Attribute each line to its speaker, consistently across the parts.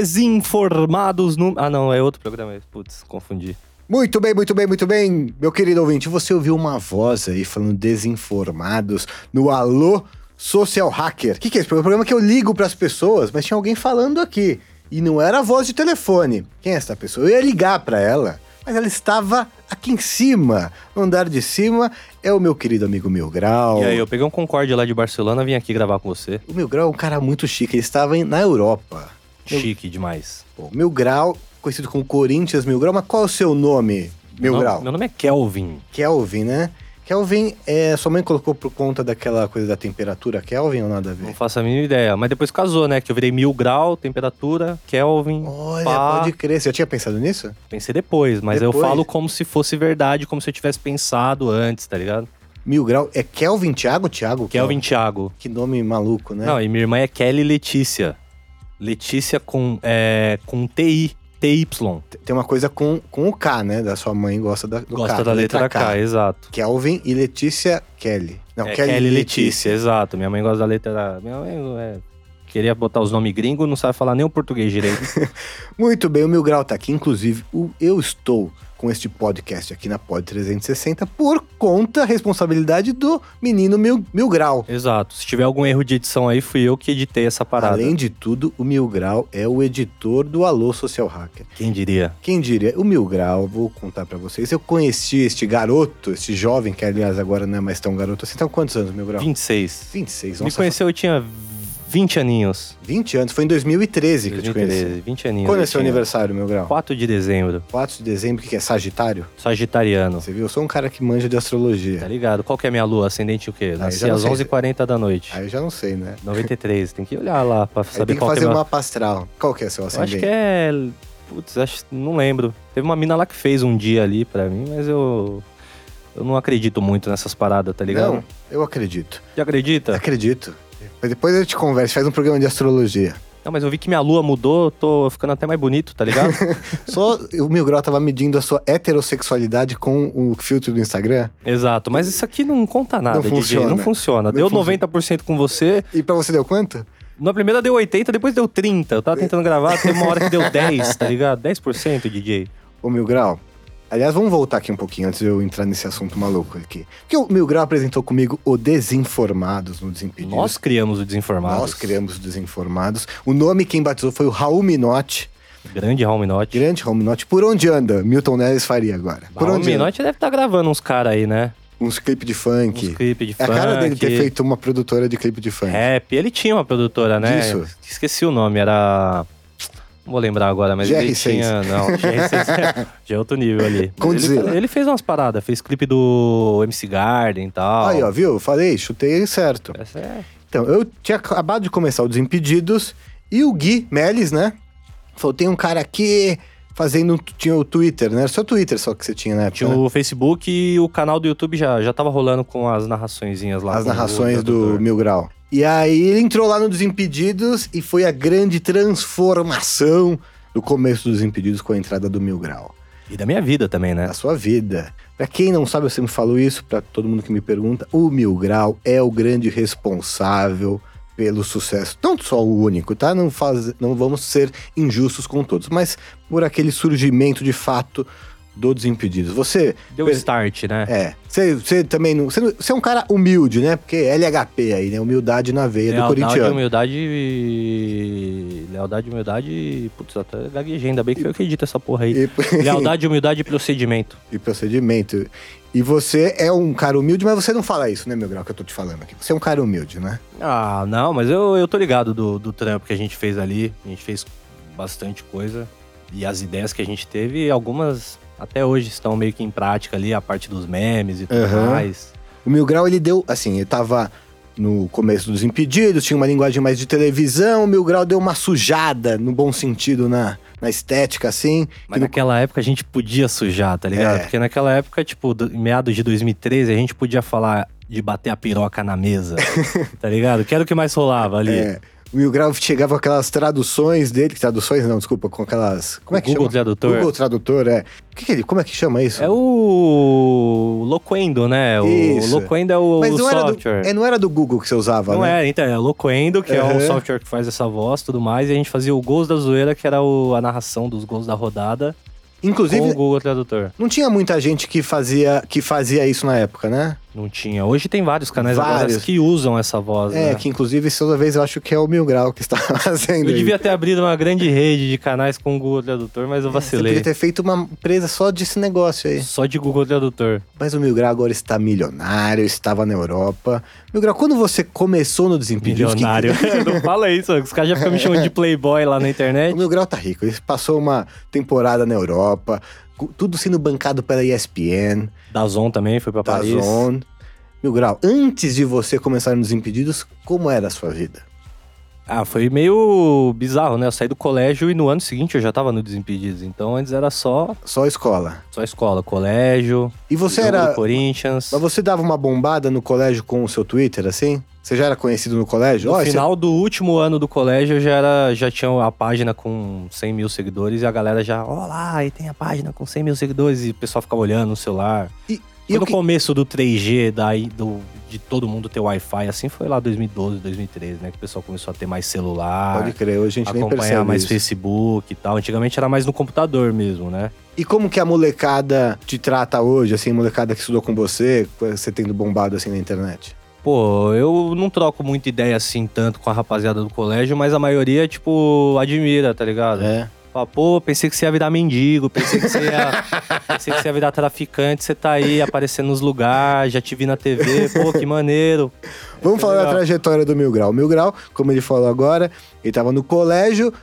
Speaker 1: Desinformados no. Ah, não, é outro programa. Putz, confundi.
Speaker 2: Muito bem, muito bem, muito bem. Meu querido ouvinte, você ouviu uma voz aí falando desinformados no Alô Social Hacker. O que, que é esse programa que eu ligo pras pessoas, mas tinha alguém falando aqui. E não era a voz de telefone. Quem é essa pessoa? Eu ia ligar pra ela, mas ela estava aqui em cima, no andar de cima. É o meu querido amigo Mil Grau.
Speaker 1: E aí, eu peguei um Concorde lá de Barcelona, vim aqui gravar com você.
Speaker 2: O Mil Grau é um cara muito chique, ele estava em- na Europa.
Speaker 1: Chique demais.
Speaker 2: Pô, Mil Grau, conhecido como Corinthians Mil Grau, mas qual é o seu nome, Mil
Speaker 1: Não,
Speaker 2: Grau?
Speaker 1: Meu nome é Kelvin.
Speaker 2: Kelvin, né? Kelvin, é, sua mãe colocou por conta daquela coisa da temperatura Kelvin ou nada a
Speaker 1: Não
Speaker 2: ver?
Speaker 1: faço a mínima ideia. Mas depois casou, né? Que eu virei mil grau, temperatura, Kelvin.
Speaker 2: Olha,
Speaker 1: pá.
Speaker 2: pode crer. Você já tinha pensado nisso?
Speaker 1: Pensei depois, mas eu
Speaker 2: Depois?
Speaker 1: falo como se fosse verdade, como se eu tivesse pensado antes, tá ligado?
Speaker 2: Mil grau. É Kelvin Thiago? Thiago?
Speaker 1: Kelvin Thiago.
Speaker 2: Que nome maluco, Tá. né?
Speaker 1: Não, e minha irmã é Kelly Letícia. Letícia com, é, com TI, TY.
Speaker 2: Tem uma coisa com, com o K, né? Da sua mãe gosta da, do
Speaker 1: Gosta
Speaker 2: K,
Speaker 1: da letra K, exato.
Speaker 2: Kelvin e Letícia Kelly. Não,
Speaker 1: é Kelly, Letícia, exato. Minha mãe gosta da letra. Minha mãe é, queria botar os nomes gringos, não sabe falar nem o português direito.
Speaker 2: Muito bem, o Mil Grau tá aqui. Inclusive, o- eu estou com este podcast aqui na Pod 360 por conta, responsabilidade do menino Mil, Mil Grau.
Speaker 1: exato. Se tiver algum erro de edição aí, fui eu que editei essa parada.
Speaker 2: Além de tudo, o Mil Grau é o editor do Alô Social Hacker.
Speaker 1: Quem diria?
Speaker 2: Quem diria? O Mil Grau, vou contar pra vocês. Eu conheci este garoto, este jovem, que aliás agora não é mais tão garoto assim. Então, quantos anos, Mil Grau?
Speaker 1: 26.
Speaker 2: 26,
Speaker 1: Me
Speaker 2: nossa.
Speaker 1: conheceu, eu tinha 20 aninhos.
Speaker 2: 20 anos. Foi em 2013 que eu te conheci.
Speaker 1: 2013, 20 aninhos.
Speaker 2: Quando
Speaker 1: eu
Speaker 2: é seu
Speaker 1: tinha.
Speaker 2: aniversário, Mil Grau?
Speaker 1: 4 de dezembro,
Speaker 2: 4 de dezembro, o que que é? Sagitário?
Speaker 1: sagitariano.
Speaker 2: Você viu? Eu sou um cara que manja de
Speaker 1: Tá
Speaker 2: astrologia.
Speaker 1: ligado? Qual que é a minha lua? Ascendente o quê? Nasci
Speaker 2: já não
Speaker 1: às
Speaker 2: sei.
Speaker 1: 11h40 da noite.
Speaker 2: Aí eu já não sei, né?
Speaker 1: 93, tem que olhar lá pra
Speaker 2: Aí
Speaker 1: saber
Speaker 2: tem que
Speaker 1: qual que é
Speaker 2: fazer
Speaker 1: a
Speaker 2: um
Speaker 1: minha...
Speaker 2: mapa astral. Qual que é seu
Speaker 1: Eu acho que
Speaker 2: ascendente?
Speaker 1: é... Putz, acho... não lembro. Teve uma mina lá que fez um dia ali pra mim, mas eu... Eu não acredito muito nessas paradas, tá ligado? É.
Speaker 2: Não, eu acredito.
Speaker 1: Já acredita?
Speaker 2: Acredito. Mas depois eu te converso, faz um programa de astrologia.
Speaker 1: Não, mas eu vi que minha lua mudou, eu tô ficando até mais bonito, tá ligado?
Speaker 2: Só o Mil Grau tava medindo a sua heterossexualidade com o filtro do Instagram.
Speaker 1: Exato, mas isso aqui não conta nada,
Speaker 2: Não
Speaker 1: DJ.
Speaker 2: funciona.
Speaker 1: Não funciona.
Speaker 2: Não
Speaker 1: Deu
Speaker 2: funciona.
Speaker 1: 90% com você,
Speaker 2: E pra você deu quanto?
Speaker 1: Na primeira deu 80, depois deu 30. Eu tava tentando gravar, teve uma hora que deu 10, tá ligado? 10% DJ.
Speaker 2: Ô Mil Grau. Aliás, vamos voltar aqui um pouquinho antes de eu entrar nesse assunto maluco aqui. Porque o Mil Grau apresentou comigo o Desinformados no Desimpedidos.
Speaker 1: Nós criamos o Desinformados.
Speaker 2: Nós criamos o Desinformados. O nome quem batizou foi o Raul Minotti.
Speaker 1: Grande Raul Minotti.
Speaker 2: Grande Raul Minotti. Por onde anda? Milton Neves faria agora. Por
Speaker 1: Raul
Speaker 2: onde anda?
Speaker 1: Minotti deve estar gravando uns caras aí, né?
Speaker 2: Uns clipes de funk.
Speaker 1: Uns clipes de
Speaker 2: é a
Speaker 1: funk.
Speaker 2: cara dele ter feito uma produtora de clipe de funk.
Speaker 1: Rap. Ele tinha uma produtora, né?
Speaker 2: Disso.
Speaker 1: Esqueci o nome, era... Não vou lembrar agora, mas ele
Speaker 2: GR6.
Speaker 1: tinha... Não, GR6 já é outro nível ali. Mas Ele,
Speaker 2: Condzilla.
Speaker 1: ele fez umas paradas, fez clipe do MC Garden e tal.
Speaker 2: Aí, ó, viu? Falei, chutei certo.
Speaker 1: Essa é...
Speaker 2: Então, eu tinha acabado de começar o Desimpedidos e o Gui Melis, né? Falou: tem um cara aqui fazendo. um tu- Tinha o Twitter, né? Era só o Twitter só que você tinha na época.
Speaker 1: Tinha
Speaker 2: né?
Speaker 1: o Facebook e o canal do YouTube já, já tava rolando com as narraçõezinhas lá.
Speaker 2: As
Speaker 1: com o
Speaker 2: narrações do
Speaker 1: tradutor.
Speaker 2: Mil Grau. E aí ele entrou lá no Desimpedidos e foi a grande transformação do começo dos Impedidos com a entrada do Mil Grau.
Speaker 1: E da minha vida também, né?
Speaker 2: da sua vida. Pra quem não sabe, eu sempre falo isso pra todo mundo que me pergunta, o Mil Grau é o grande responsável pelo sucesso. Não só o único, tá? Não, faz, não vamos ser injustos com todos, mas por aquele surgimento de fato do Desimpedidos. Você
Speaker 1: Deu
Speaker 2: Per-
Speaker 1: start, né?
Speaker 2: é, você, você também não, você não- você é um cara humilde, né? Porque LHP aí, né? Humildade na veia do
Speaker 1: Lealdade,
Speaker 2: corintiano.
Speaker 1: humildade e... Lealdade, humildade e... Putz, eu até gaguejei, ainda bem que eu acredito essa porra aí.
Speaker 2: E-
Speaker 1: Lealdade, humildade e procedimento.
Speaker 2: e procedimento. E você é um cara humilde, mas você não fala isso, né, Mil Grau, que eu tô te falando aqui. Você é um cara humilde, né?
Speaker 1: Ah, não, mas eu, eu tô ligado do, do trampo que a gente fez ali. A gente fez bastante coisa. E as ideias que a gente teve, algumas até hoje estão meio que em prática ali, a parte dos memes e tudo
Speaker 2: Aham.
Speaker 1: mais.
Speaker 2: O Mil Grau, ele deu, assim, ele tava no começo dos Impedidos, tinha uma linguagem mais de televisão, o Mil Grau deu uma sujada, no bom sentido, na, na estética, assim.
Speaker 1: Mas
Speaker 2: que no-
Speaker 1: naquela época a gente podia sujar, tá ligado?
Speaker 2: É.
Speaker 1: Porque naquela época, tipo, do- em meados de 2013, a gente podia falar de bater a piroca na mesa, tá ligado? Que era o que mais rolava ali.
Speaker 2: É, O Mil Grau chegava com aquelas traduções dele, que traduções não, desculpa, com aquelas. Como é que
Speaker 1: Google
Speaker 2: chama?
Speaker 1: Tradutor.
Speaker 2: Google Tradutor, é. O que, que ele. Como é que chama isso?
Speaker 1: É o Loquendo, né? O
Speaker 2: Isso.
Speaker 1: Loquendo é o,
Speaker 2: Mas
Speaker 1: o
Speaker 2: não era, do,
Speaker 1: software.
Speaker 2: é, não era do Google que você usava,
Speaker 1: Não
Speaker 2: né?
Speaker 1: é, então, é o Loquendo, que é um
Speaker 2: Uhum.
Speaker 1: software que faz essa voz e tudo mais, e a gente fazia o Gols da Zoeira, que era o- a narração dos gols da rodada,
Speaker 2: Inclusive,
Speaker 1: com o Google Tradutor.
Speaker 2: não tinha muita gente que fazia, que fazia isso na época, né?
Speaker 1: Não tinha. Hoje tem vários canais agora
Speaker 2: Vários.
Speaker 1: que usam essa voz,
Speaker 2: É,
Speaker 1: né?
Speaker 2: que inclusive, essa outra vez eu acho que é o Mil Grau que está fazendo.
Speaker 1: Eu
Speaker 2: aí.
Speaker 1: devia ter abrido uma grande rede de canais com o Google Tradutor, mas eu
Speaker 2: É, Você podia
Speaker 1: vacilei.
Speaker 2: ter feito uma empresa só desse negócio aí.
Speaker 1: Só de Google Tradutor.
Speaker 2: Mas o Mil Grau agora está milionário, estava na Europa. Mil Grau, quando você começou no Desimpedidos... que-
Speaker 1: Milionário. não fala isso, os caras já ficam me chamando de playboy lá na
Speaker 2: O
Speaker 1: internet.
Speaker 2: Mil Grau tá rico. Ele passou uma temporada na Europa, cu- tudo sendo bancado pela ESPN,
Speaker 1: Dazon também foi pra Paris.
Speaker 2: Dazon. tá Mil Grau, antes de você começar nos Impedidos, como era a sua vida?
Speaker 1: Ah, foi meio bizarro, né? Eu saí do colégio e no ano seguinte eu já tava no Desimpedidos. Então antes era só,
Speaker 2: Só escola.
Speaker 1: só escola, colégio,
Speaker 2: E você
Speaker 1: jogo
Speaker 2: era...
Speaker 1: do Corinthians.
Speaker 2: Mas você dava uma bombada no colégio com o seu Twitter, assim? Você já era conhecido no colégio?
Speaker 1: No
Speaker 2: Ó, esse-
Speaker 1: final do último ano do colégio eu já, era, já tinha a página com 100 mil seguidores e a galera já, ó lá, aí tem a página com 100 mil seguidores e o pessoal ficava olhando no celular.
Speaker 2: E,
Speaker 1: E
Speaker 2: e o
Speaker 1: no
Speaker 2: que-
Speaker 1: começo do 3G, daí do, de todo mundo ter Wi-Fi, assim foi lá 2012, 2013, né? Que o pessoal começou a ter mais celular.
Speaker 2: Pode crer, hoje a gente nem
Speaker 1: acompanhar
Speaker 2: percebe
Speaker 1: mais
Speaker 2: isso.
Speaker 1: Facebook e tal. Antigamente era mais no computador mesmo, né?
Speaker 2: E como que a molecada te trata hoje, assim, a molecada que estudou com você, você tendo bombado assim na internet?
Speaker 1: Pô, eu não troco muita ideia assim tanto com a rapaziada do colégio, mas a maioria, tipo, admira, tá ligado?
Speaker 2: É.
Speaker 1: Fala, pô, pensei que você ia virar mendigo, pensei que você ia, pensei que você ia virar traficante, você tá aí aparecendo nos lugares, já te vi na TV, pô, que maneiro.
Speaker 2: Vamos
Speaker 1: É
Speaker 2: falar da
Speaker 1: legal.
Speaker 2: trajetória do Mil Grau. O Mil Grau, como ele falou agora, ele tava no colégio,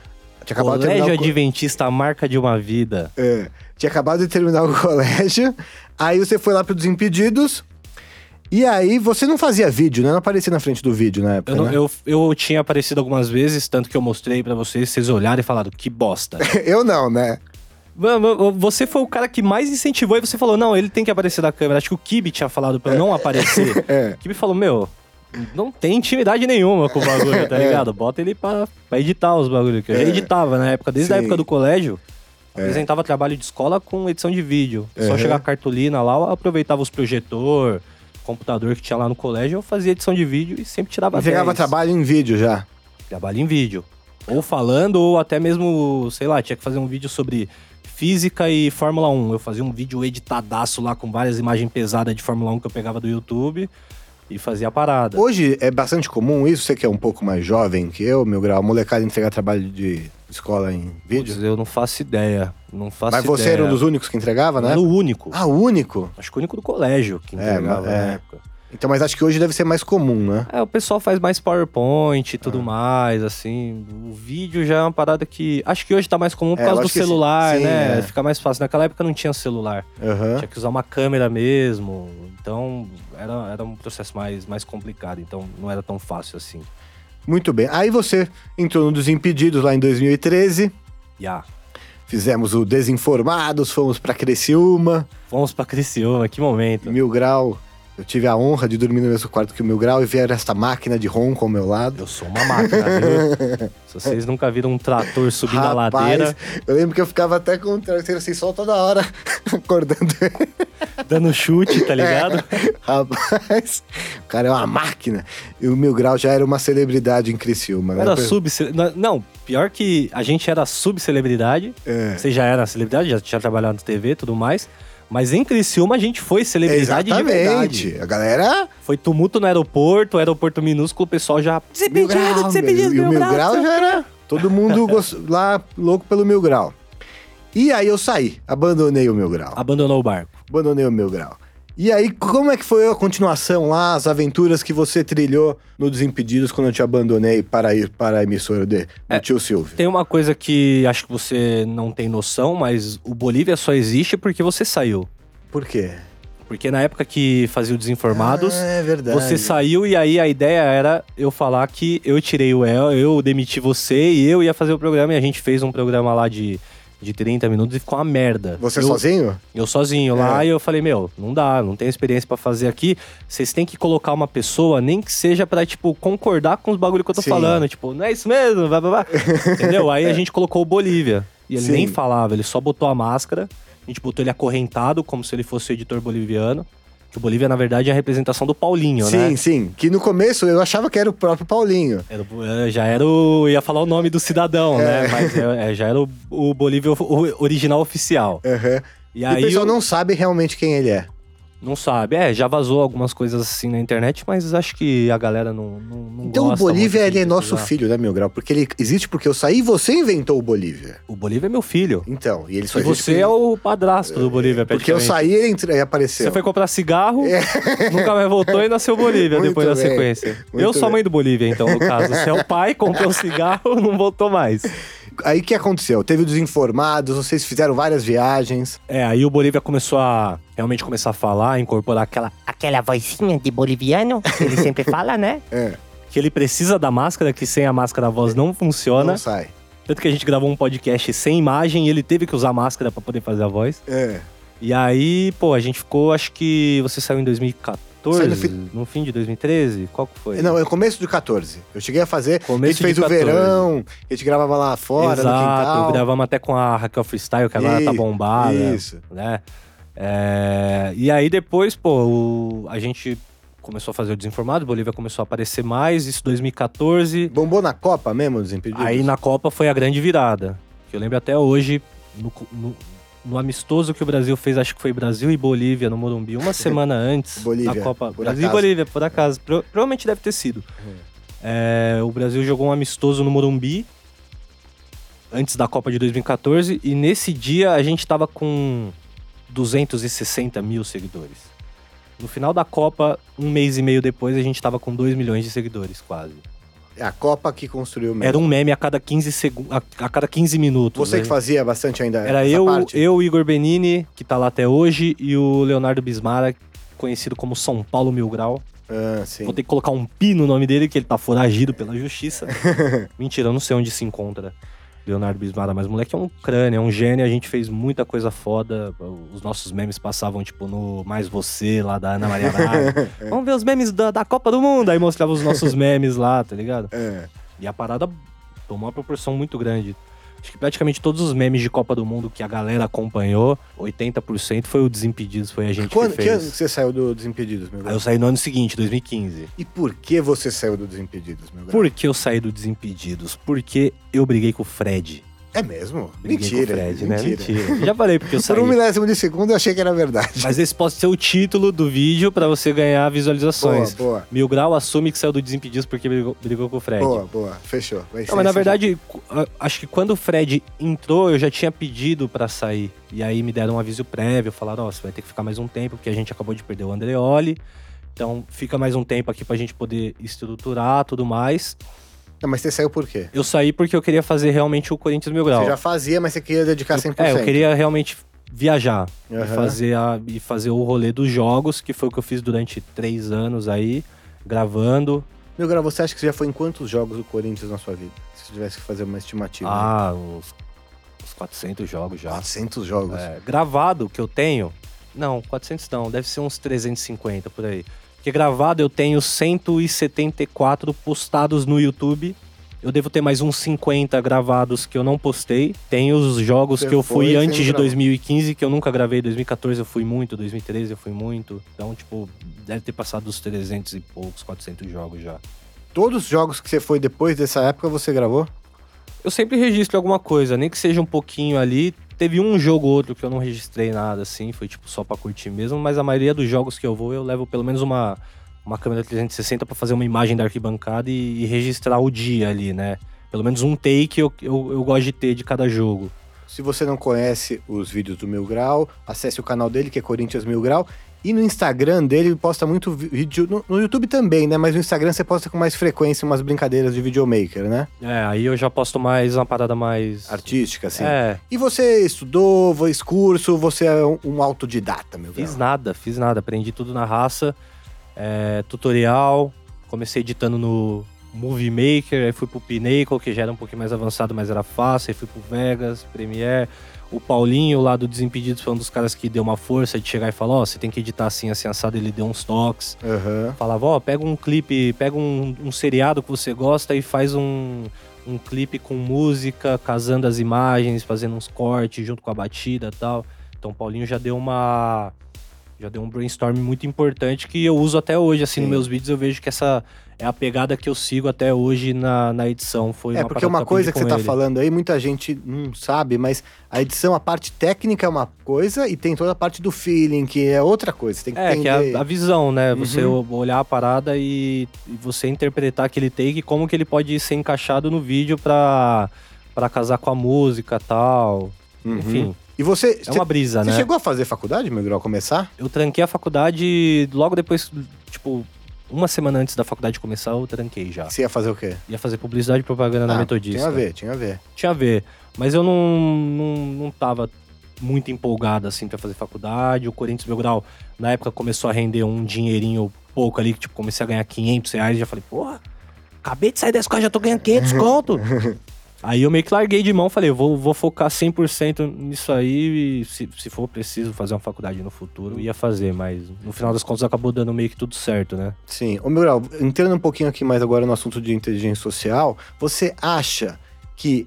Speaker 2: tinha acabado, de
Speaker 1: Colégio
Speaker 2: terminar o co-
Speaker 1: Adventista, a marca de uma vida.
Speaker 2: é, tinha acabado de terminar o colégio, aí você foi lá pro Desimpedidos, e aí você não fazia vídeo, né? Não aparecia na frente do vídeo na época,
Speaker 1: Eu, não-
Speaker 2: né?
Speaker 1: eu, eu tinha aparecido algumas vezes, tanto que eu mostrei pra vocês, vocês olharam e falaram, que bosta.
Speaker 2: eu não, né?
Speaker 1: Mano, você foi o cara que mais incentivou e você falou: não, ele tem que aparecer na câmera. Acho que o Kibi tinha falado pra eu não aparecer.
Speaker 2: É.
Speaker 1: O Kibi falou: meu, não tem intimidade nenhuma com o bagulho, tá ligado? Bota ele pra, pra editar os bagulhos. Que eu já
Speaker 2: É.
Speaker 1: editava na época, desde a
Speaker 2: Sim. É.
Speaker 1: época do colégio. Apresentava trabalho de escola com edição de vídeo. Só
Speaker 2: Uhum.
Speaker 1: chegar a cartolina lá, eu aproveitava os projetor, computador que tinha lá no colégio, eu fazia edição de vídeo e sempre tirava
Speaker 2: Pegava
Speaker 1: 10.
Speaker 2: trabalho em vídeo já.
Speaker 1: Trabalho em vídeo. Ou falando, ou até mesmo, sei lá, tinha que fazer um vídeo sobre física e Fórmula 1. Eu fazia um vídeo editadaço lá com várias imagens pesadas de Fórmula 1 que eu pegava do YouTube e fazia a parada.
Speaker 2: Hoje é bastante comum isso, você que é um pouco mais jovem que eu, meu grau, molecada entregar trabalho de escola em vídeo.
Speaker 1: Putz, eu não faço ideia. Não faço
Speaker 2: Mas você
Speaker 1: ideia.
Speaker 2: era um dos únicos que entregava, né?
Speaker 1: Era o único.
Speaker 2: Ah, o único?
Speaker 1: Acho que o único do colégio que
Speaker 2: É,
Speaker 1: entregava
Speaker 2: mas-
Speaker 1: na
Speaker 2: é.
Speaker 1: época.
Speaker 2: Então, mas acho que hoje deve ser mais comum, né?
Speaker 1: É, o pessoal faz mais PowerPoint e
Speaker 2: Ah.
Speaker 1: tudo mais, assim. O vídeo já é uma parada que. Acho que hoje tá mais comum por
Speaker 2: É, eu
Speaker 1: causa do
Speaker 2: acho que sim.
Speaker 1: celular,
Speaker 2: Sim,
Speaker 1: né?
Speaker 2: é.
Speaker 1: Fica mais fácil. Naquela época não tinha celular.
Speaker 2: Aham.
Speaker 1: Tinha que usar uma câmera mesmo. Então, era, era um processo mais, mais complicado. Então, não era tão fácil assim.
Speaker 2: Muito bem. Aí você entrou no Desimpedidos lá em 2013,
Speaker 1: Ya.
Speaker 2: fizemos o Desinformados, fomos pra Criciúma,
Speaker 1: Vamos pra Criciúma, que momento.
Speaker 2: Mil Grau. Eu tive a honra de dormir no mesmo quarto que o Mil Grau e ver esta máquina de ronco ao meu lado.
Speaker 1: Eu sou uma máquina, viu? Se vocês nunca viram um trator subindo
Speaker 2: Rapaz,
Speaker 1: a ladeira,
Speaker 2: eu lembro que eu ficava até com o travesseiro sem sol toda hora, acordando
Speaker 1: dando chute, tá ligado?
Speaker 2: É. Rapaz, o cara é uma máquina. E o Mil Grau já era uma celebridade em Criciúma, né?
Speaker 1: Era sub Não, pior que a gente era subcelebridade.
Speaker 2: É.
Speaker 1: Você já era celebridade, já tinha trabalhado na TV e tudo mais. Mas em Criciúma a gente foi celebridade de verdade.
Speaker 2: Exatamente. A galera.
Speaker 1: Foi tumulto no aeroporto, aeroporto minúsculo, o pessoal já. Desimpedido, desimpedido,
Speaker 2: E o Mil
Speaker 1: Grau,
Speaker 2: Grau
Speaker 1: seu
Speaker 2: já era. Todo mundo gost- lá louco pelo Mil Grau. E aí eu saí, abandonei o Mil Grau.
Speaker 1: abandonou o barco.
Speaker 2: Abandonei o Mil Grau. E aí, como é que foi a continuação lá, as aventuras que você trilhou no Desimpedidos quando eu te abandonei para ir para a emissora de, do tio Silvio?
Speaker 1: É. Tem uma coisa que acho que você não tem noção, mas o Bolívia só existe porque você saiu.
Speaker 2: Por quê?
Speaker 1: Porque na época que fazia o Desinformados,
Speaker 2: Ah, é verdade.
Speaker 1: você saiu e aí a ideia era eu falar que eu tirei o El, eu demiti você e eu ia fazer o programa e a gente fez um programa lá de de 30 minutos e ficou uma merda.
Speaker 2: Você
Speaker 1: eu,
Speaker 2: sozinho?
Speaker 1: Eu sozinho lá
Speaker 2: É.
Speaker 1: e eu falei, meu, não dá, não tenho experiência pra fazer aqui. Vocês têm que colocar uma pessoa, nem que seja pra, tipo, concordar com os bagulho que eu tô
Speaker 2: Sim.
Speaker 1: falando. Tipo, não é isso mesmo, blá, blá, blá. Entendeu? Aí a gente colocou o Bolívia. E ele
Speaker 2: Sim.
Speaker 1: nem falava, ele só botou a máscara. A gente botou ele acorrentado, como se ele fosse o editor boliviano. Que o Bolívia, na verdade, é a representação do Paulinho, né?
Speaker 2: Sim, sim. Que no começo eu achava que era o próprio Paulinho.
Speaker 1: Era o- eh, já era o. ia falar o nome do cidadão, né? Mas é, é, já era o, o Bolívia o- o original oficial.
Speaker 2: Aham.
Speaker 1: E
Speaker 2: E,
Speaker 1: aí.
Speaker 2: o pessoal
Speaker 1: eu-
Speaker 2: não sabe realmente quem ele é.
Speaker 1: não sabe. É, já vazou algumas coisas assim na internet, mas acho que a galera não. não, não
Speaker 2: Então o
Speaker 1: gosta
Speaker 2: Bolívia,
Speaker 1: muito tá de
Speaker 2: ele é nosso
Speaker 1: pesquisar.
Speaker 2: filho, né, meu grau? Porque ele existe porque eu saí e você inventou o Bolívia.
Speaker 1: O Bolívia é meu filho.
Speaker 2: Então, e ele só
Speaker 1: E
Speaker 2: existe
Speaker 1: você é o padrasto do Bolívia,
Speaker 2: É, Porque eu
Speaker 1: praticamente.
Speaker 2: saí e ele entra- e apareceu.
Speaker 1: Você foi comprar cigarro, nunca mais voltou e nasceu Bolívia
Speaker 2: Muito
Speaker 1: depois da
Speaker 2: bem,
Speaker 1: sequência.
Speaker 2: muito
Speaker 1: eu sou a
Speaker 2: bem.
Speaker 1: mãe do Bolívia, então, no caso. Você é o pai, comprou cigarro, não voltou mais.
Speaker 2: Aí o que aconteceu? Teve o Desinformados, vocês fizeram várias viagens.
Speaker 1: É, aí o Bolívia começou a realmente começar a falar, incorporar aquela.
Speaker 3: aquela vozinha de boliviano que ele sempre fala, né?
Speaker 1: que ele precisa da máscara, que sem a máscara a voz não né? funciona.
Speaker 2: Não sai.
Speaker 1: Tanto que a gente gravou um podcast sem imagem e ele teve que usar máscara pra poder fazer a voz.
Speaker 2: É.
Speaker 1: E aí, pô, a gente ficou, acho que você saiu em 2014,
Speaker 2: Saiu
Speaker 1: no
Speaker 2: no
Speaker 1: fim,
Speaker 2: fi-
Speaker 1: de 2013? Qual que foi?
Speaker 2: Não, é o começo do 14. Eu cheguei a fazer.
Speaker 1: Começo
Speaker 2: a gente fez
Speaker 1: de
Speaker 2: o
Speaker 1: 14.
Speaker 2: verão, a gente gravava lá fora,
Speaker 1: Exato,
Speaker 2: no quintal.
Speaker 1: gravamos até com a Raquel Freestyle, que agora
Speaker 2: E-
Speaker 1: tá bombada.
Speaker 2: Isso.
Speaker 1: né? É, e aí depois, pô, o- a gente começou a fazer o Desinformado, Bolívia começou a aparecer mais, isso 2014.
Speaker 2: Bombou na Copa mesmo, Desimpedidos?
Speaker 1: Aí na Copa foi a grande virada. Que eu lembro até hoje, no, no- no amistoso que o Brasil fez, acho que foi Brasil e Bolívia no Morumbi, uma semana antes
Speaker 2: Bolívia,
Speaker 1: da Copa.
Speaker 2: por
Speaker 1: Brasil e
Speaker 2: acaso. É.
Speaker 1: Bolívia, por acaso. Pro- provavelmente deve ter sido. É, o Brasil jogou um amistoso no Morumbi antes da Copa de 2014 e nesse dia a gente tava com 260 mil seguidores. No final da Copa, um mês e meio depois, a gente tava com 2 milhões de seguidores, quase.
Speaker 2: É a Copa que construiu mesmo.
Speaker 1: Era um meme a cada 15 segundos, a, a cada 15 minutos.
Speaker 2: Você
Speaker 1: né?
Speaker 2: que fazia bastante ainda
Speaker 1: Era
Speaker 2: essa
Speaker 1: eu,
Speaker 2: parte?
Speaker 1: eu, Igor Benini, que tá lá até hoje, e o Leonardo Bismara, conhecido como São Paulo Mil Grau.
Speaker 2: Ah, sim.
Speaker 1: Vou ter que colocar um pi no nome dele, que ele tá foragido pela justiça. Mentira, eu não sei onde se encontra Leonardo Bismara, mas o moleque é um crânio, é um gênio, a gente fez muita coisa foda. Os nossos memes passavam, tipo, no Mais Você, lá da Ana Maria Braga. Vamos ver os memes da, da Copa do Mundo, aí mostrava os nossos memes lá, tá ligado?
Speaker 2: É.
Speaker 1: E a parada tomou uma proporção muito grande. Acho que praticamente todos os memes de Copa do Mundo que a galera acompanhou, 80% foi o Desimpedidos, foi a gente
Speaker 2: Quando,
Speaker 1: que
Speaker 2: que ano
Speaker 1: fez.
Speaker 2: que você saiu do Desimpedidos, meu
Speaker 1: Aí
Speaker 2: grau?
Speaker 1: eu saí no ano seguinte, 2015.
Speaker 2: E por que você saiu do Desimpedidos, meu grau?
Speaker 1: Por que eu saí do Desimpedidos? Porque eu briguei com o Fred.
Speaker 2: É mesmo?
Speaker 1: Briguei com
Speaker 2: Mentira.
Speaker 1: o Fred,
Speaker 2: mentira.
Speaker 1: né? Mentira. Já falei porque eu saí.
Speaker 2: Por um milésimo de segundo eu achei que era verdade.
Speaker 1: Mas esse pode ser o título do vídeo pra você ganhar visualizações.
Speaker 2: Boa, boa.
Speaker 1: Mil Grau assume que saiu do Desimpedidos porque brigou, brigou com o Fred.
Speaker 2: Boa, boa. Fechou. Vai ser
Speaker 1: Não, mas na
Speaker 2: isso.
Speaker 1: verdade, cu- a- acho que quando o Fred entrou, eu já tinha pedido pra sair. E aí me deram um aviso prévio, falaram, ó, você vai ter que ficar mais um tempo, porque a gente acabou de perder o Andreoli. Então fica mais um tempo aqui pra gente poder estruturar tudo mais.
Speaker 2: Não, mas você saiu por quê?
Speaker 1: Eu saí porque eu queria fazer realmente o Corinthians Mil Grau.
Speaker 2: Você já fazia, mas você queria dedicar 100%.
Speaker 1: É, eu queria realmente viajar e,
Speaker 2: Aham.
Speaker 1: fazer a- e fazer o rolê dos jogos, que foi o que eu fiz durante três anos aí, gravando.
Speaker 2: Meu grau, você acha que você já foi em quantos jogos do Corinthians na sua vida? Se você tivesse que fazer uma estimativa. né?
Speaker 1: Ah, uns, uns 400 jogos já.
Speaker 2: 400 jogos.
Speaker 1: É, gravado que eu tenho. Não, 400 não, deve ser uns 350 por aí. Porque gravado eu tenho 174 postados no YouTube. Eu devo ter mais uns 50 gravados que eu não postei. Tem os jogos
Speaker 2: Você
Speaker 1: que eu
Speaker 2: foi
Speaker 1: fui
Speaker 2: sem
Speaker 1: antes de
Speaker 2: gravar.
Speaker 1: 2015, que eu nunca gravei. 2014 eu fui muito, 2013 eu fui muito. Então, tipo, deve ter passado dos 300 e poucos, 400 jogos já.
Speaker 2: Todos os jogos que você foi depois dessa época, você gravou?
Speaker 1: Eu sempre registro alguma coisa, nem que seja um pouquinho ali. Teve um jogo ou outro que eu não registrei nada, assim, foi tipo só pra curtir mesmo, mas a maioria dos jogos que eu vou, eu levo pelo menos uma, uma câmera 360 pra fazer uma imagem da arquibancada e, e registrar o dia ali, né? Pelo menos um take eu, eu, eu gosto de ter de cada jogo.
Speaker 2: Se você não conhece os vídeos do Mil Grau, acesse o canal dele, que é Corinthians Mil Grau. E no Instagram dele ele posta muito vi- vídeo. No, no YouTube também, né? Mas no Instagram você posta com mais frequência umas brincadeiras de videomaker, né?
Speaker 1: É, aí eu já posto mais uma parada mais.
Speaker 2: Artística, assim.
Speaker 1: É,
Speaker 2: E você estudou, fez curso, você é um, um autodidata, meu grau.
Speaker 1: fiz nada, fiz nada, aprendi tudo na raça. É, tutorial, comecei eh, editando no, Movie Maker, aí fui pro Pinnacle, que já era um pouquinho mais avançado, mas era fácil, aí fui pro Vegas, Premiere. O Paulinho lá do Desimpedidos foi um dos caras que deu uma força de chegar e falar, ó, você tem que editar assim, assim, assado, ele deu uns toques.
Speaker 2: Aham.
Speaker 1: Falava, ó, pega um clipe, pega um, um seriado que você gosta e faz um, um clipe com música, casando as imagens, fazendo uns cortes junto com a batida e tal. Então o Paulinho já deu uma. Já deu um brainstorm muito importante que eu uso até hoje, assim, nos meus vídeos eu vejo que essa é a pegada que eu sigo até hoje na, na edição. Foi
Speaker 2: É, porque
Speaker 1: parada eu
Speaker 2: uma
Speaker 1: aprendi
Speaker 2: coisa que
Speaker 1: com
Speaker 2: você tá
Speaker 1: ele.
Speaker 2: falando aí, muita gente não sabe, mas a edição, a parte técnica é uma coisa e tem toda a parte do feeling, que é outra coisa. Você tem que
Speaker 1: É, que
Speaker 2: entender. Uhum.
Speaker 1: é a, a visão, né? Você olhar a parada e, e você interpretar aquele take e como que ele pode ser encaixado no vídeo pra, pra casar com a música tal.
Speaker 2: Uhum.
Speaker 1: Enfim,
Speaker 2: E você,
Speaker 1: é
Speaker 2: você,
Speaker 1: uma brisa,
Speaker 2: você
Speaker 1: né?
Speaker 2: chegou a fazer faculdade, meu grau, começar?
Speaker 1: Eu tranquei a faculdade logo depois, tipo, uma semana antes da faculdade começar, eu tranquei já.
Speaker 2: Você ia fazer o quê?
Speaker 1: Ia fazer publicidade e propaganda na
Speaker 2: Ah,
Speaker 1: Tá. Metodista.
Speaker 2: Tinha a ver, tinha a ver.
Speaker 1: Tinha a ver. Mas eu não, não, não tava muito empolgado, assim, pra fazer faculdade. O Corinthians Belgrau, na época, começou a render um dinheirinho pouco ali, que, tipo, comecei a ganhar 500 reais. Já falei, porra, acabei de sair da escola, já tô ganhando 500 conto. aí eu meio que larguei de mão, falei, vou, vou focar 100% nisso aí e se, se for preciso fazer uma faculdade no futuro, ia fazer. Mas, no final das contas, acabou dando meio que tudo certo, né?
Speaker 2: Sim. Ô, meu grau, entrando um pouquinho aqui mais agora no assunto de inteligência social, você acha que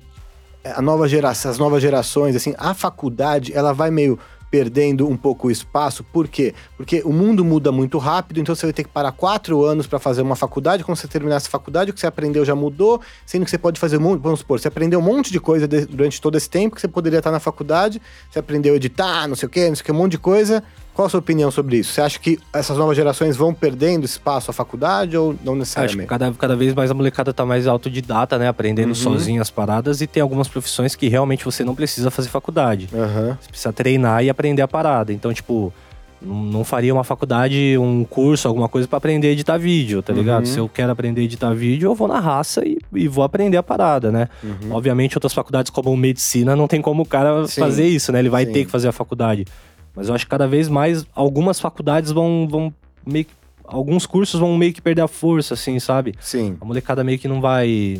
Speaker 2: eh, a nova geração, as novas gerações, assim, a faculdade, ela vai meio perdendo um pouco o espaço, por quê? Porque o mundo muda muito rápido, então você vai ter que parar quatro anos para fazer uma faculdade, quando você terminar essa faculdade, o que você aprendeu já mudou, sendo que você pode fazer, um monte- vamos supor, você aprendeu um monte de coisa de- durante todo esse tempo que você poderia estar na faculdade, você aprendeu a editar, não sei o quê, não sei o quê, um monte de coisa. Qual a sua opinião sobre isso? Você acha que essas novas gerações vão perdendo espaço à faculdade ou não
Speaker 1: Acho que
Speaker 2: necessariamente?
Speaker 1: cada, cada vez mais a molecada tá mais autodidata, né? Aprendendo
Speaker 2: Uhum.
Speaker 1: sozinha as paradas. E tem algumas profissões que realmente você não precisa fazer faculdade.
Speaker 2: Aham.
Speaker 1: Você precisa treinar e aprender a parada. Então, tipo, não não faria uma faculdade, um curso, alguma coisa pra aprender a editar vídeo, tá ligado?
Speaker 2: Uhum.
Speaker 1: Se eu quero aprender a editar vídeo, eu vou na raça e, e vou aprender a parada, né? Obviamente, outras faculdades como medicina, não tem como o cara
Speaker 2: Uhum. Sim.
Speaker 1: fazer isso, né? Ele vai
Speaker 2: Sim.
Speaker 1: ter que fazer a faculdade. Mas eu acho que cada vez mais algumas faculdades vão, vão meio que. Alguns cursos vão meio que perder a força, assim, sabe?
Speaker 2: Sim.
Speaker 1: A molecada meio que não vai.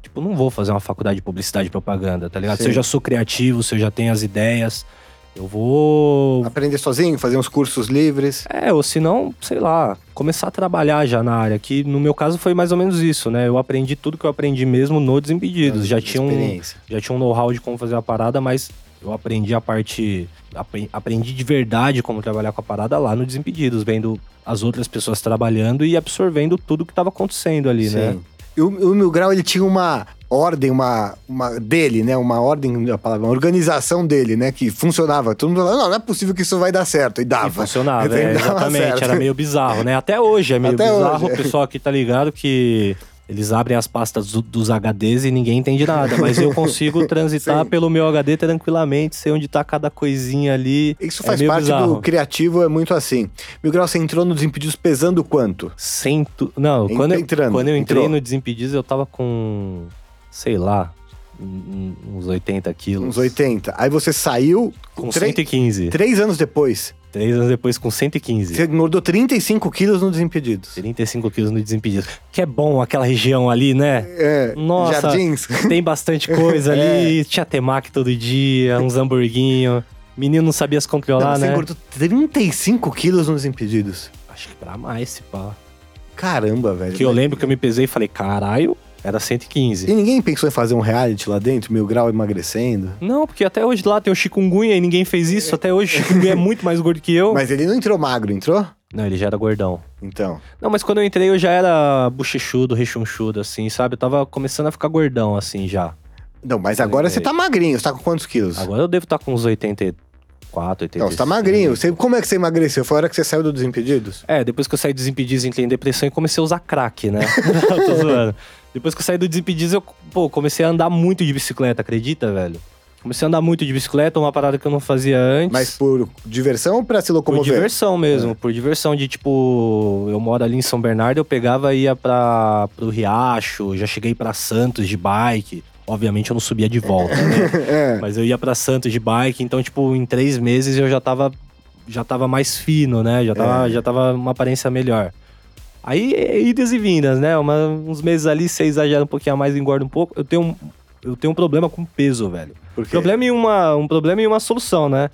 Speaker 1: Tipo, não vou fazer uma faculdade de publicidade e propaganda, tá ligado?
Speaker 2: Sim.
Speaker 1: Se eu já sou criativo, se eu já tenho as ideias, eu vou.
Speaker 2: Aprender sozinho, fazer uns cursos livres.
Speaker 1: É, ou se não, sei lá, começar a trabalhar já na área, que no meu caso foi mais ou menos isso, né? Eu aprendi tudo que eu aprendi mesmo no Desimpedidos. Já tinha um,
Speaker 2: Ah, Experiência.
Speaker 1: já tinha um know-how de como fazer a parada, mas eu aprendi a parte. apre- Aprendi de verdade como trabalhar com a parada lá no Desimpedidos, vendo as outras pessoas trabalhando e absorvendo tudo que tava acontecendo ali, né?
Speaker 2: Sim. E o, o Mil Grau, ele tinha uma ordem, uma, uma dele, né? Uma ordem, não é a palavra, uma organização dele, né? Que funcionava. Todo mundo falava, não, não é possível que isso vai dar certo. E
Speaker 1: E
Speaker 2: dava.
Speaker 1: funcionava, é,
Speaker 2: Dava Então, tá certo.
Speaker 1: exatamente. Era meio bizarro, né? Até hoje é meio
Speaker 2: Até
Speaker 1: bizarro.
Speaker 2: hoje, é.
Speaker 1: O pessoal aqui tá ligado que eles abrem as pastas do- dos HDs e ninguém entende nada. Mas eu consigo transitar
Speaker 2: Sim.
Speaker 1: pelo meu HD tranquilamente, sei onde tá cada coisinha ali.
Speaker 2: Isso
Speaker 1: É
Speaker 2: faz
Speaker 1: meio
Speaker 2: parte do
Speaker 1: bizarro.
Speaker 2: criativo, é muito assim. Mil Grau, você entrou no Desimpedidos pesando quanto?
Speaker 1: Cento... Não,
Speaker 2: Ent-
Speaker 1: quando, eu,
Speaker 2: entrando,
Speaker 1: quando eu entrei
Speaker 2: entrou.
Speaker 1: no Desimpedidos, eu tava com, sei lá, um- um- uns 80 quilos.
Speaker 2: Uns 80. Aí você saiu
Speaker 1: Com
Speaker 2: tre-
Speaker 1: 115.
Speaker 2: três anos depois.
Speaker 1: Três anos depois, com 115.
Speaker 2: Você engordou 35 quilos no Desimpedidos.
Speaker 1: 35 quilos no Desimpedidos. Que é bom aquela região ali, né?
Speaker 2: É,
Speaker 1: Nossa.
Speaker 2: Jardins.
Speaker 1: Tem bastante coisa
Speaker 2: É.
Speaker 1: ali, tinha temaki todo dia, uns hamburguinhos. Menino não sabia se
Speaker 2: Não,
Speaker 1: controlar,
Speaker 2: você
Speaker 1: né?
Speaker 2: engordou 35 quilos no Desimpedidos.
Speaker 1: Acho que pra mais, se pá.
Speaker 2: Caramba, velho.
Speaker 1: Que eu lembro que eu me pesei e falei, caralho, era 115.
Speaker 2: é. E ninguém pensou em fazer um reality lá dentro, mil grau emagrecendo?
Speaker 1: Não, porque até hoje lá tem o chikungunya e ninguém fez isso. Até hoje o chikungunya é muito mais gordo que eu.
Speaker 2: Mas ele não entrou magro, entrou?
Speaker 1: Não, ele já era gordão.
Speaker 2: Então.
Speaker 1: Não, mas quando eu entrei eu já era bochechudo, rechonchudo, assim, sabe? Eu tava começando a ficar gordão, assim, já.
Speaker 2: Não, mas agora
Speaker 1: Peraí,
Speaker 2: você tá magrinho, você tá com quantos quilos?
Speaker 1: Agora eu devo estar com uns 84, 85.
Speaker 2: não, você tá magrinho. Você, como é que você emagreceu? Foi a hora que você saiu do Desimpedidos?
Speaker 1: É, depois que eu saí do Desimpedidos, entrei em depressão e comecei a usar crack, né? Não, tô zoando. Depois que eu saí do Desimpedidos, eu pô, comecei a andar muito de bicicleta, acredita, velho? Comecei a andar muito de bicicleta, uma parada que eu não fazia antes.
Speaker 2: Mas por É. diversão ou pra se
Speaker 1: por
Speaker 2: locomover?
Speaker 1: diversão mesmo, por diversão de tipo, eu moro ali em São Bernardo, eu pegava e ia para pro Riacho, já cheguei pra Santos de bike. Obviamente eu não subia de volta, né?
Speaker 2: É.
Speaker 1: Mas eu ia pra Santos de bike, então, tipo, em três
Speaker 2: É.
Speaker 1: meses eu já tava, já tava mais fino, né? Já tava, já tava uma aparência melhor. Aí é idas e vindas, né? Uma- uns meses ali, você exagera um pouquinho a mais, engorda um pouco. Eu tenho um, eu tenho um problema com peso, velho.
Speaker 2: Por quê?
Speaker 1: Problema e uma, um problema e uma solução, né?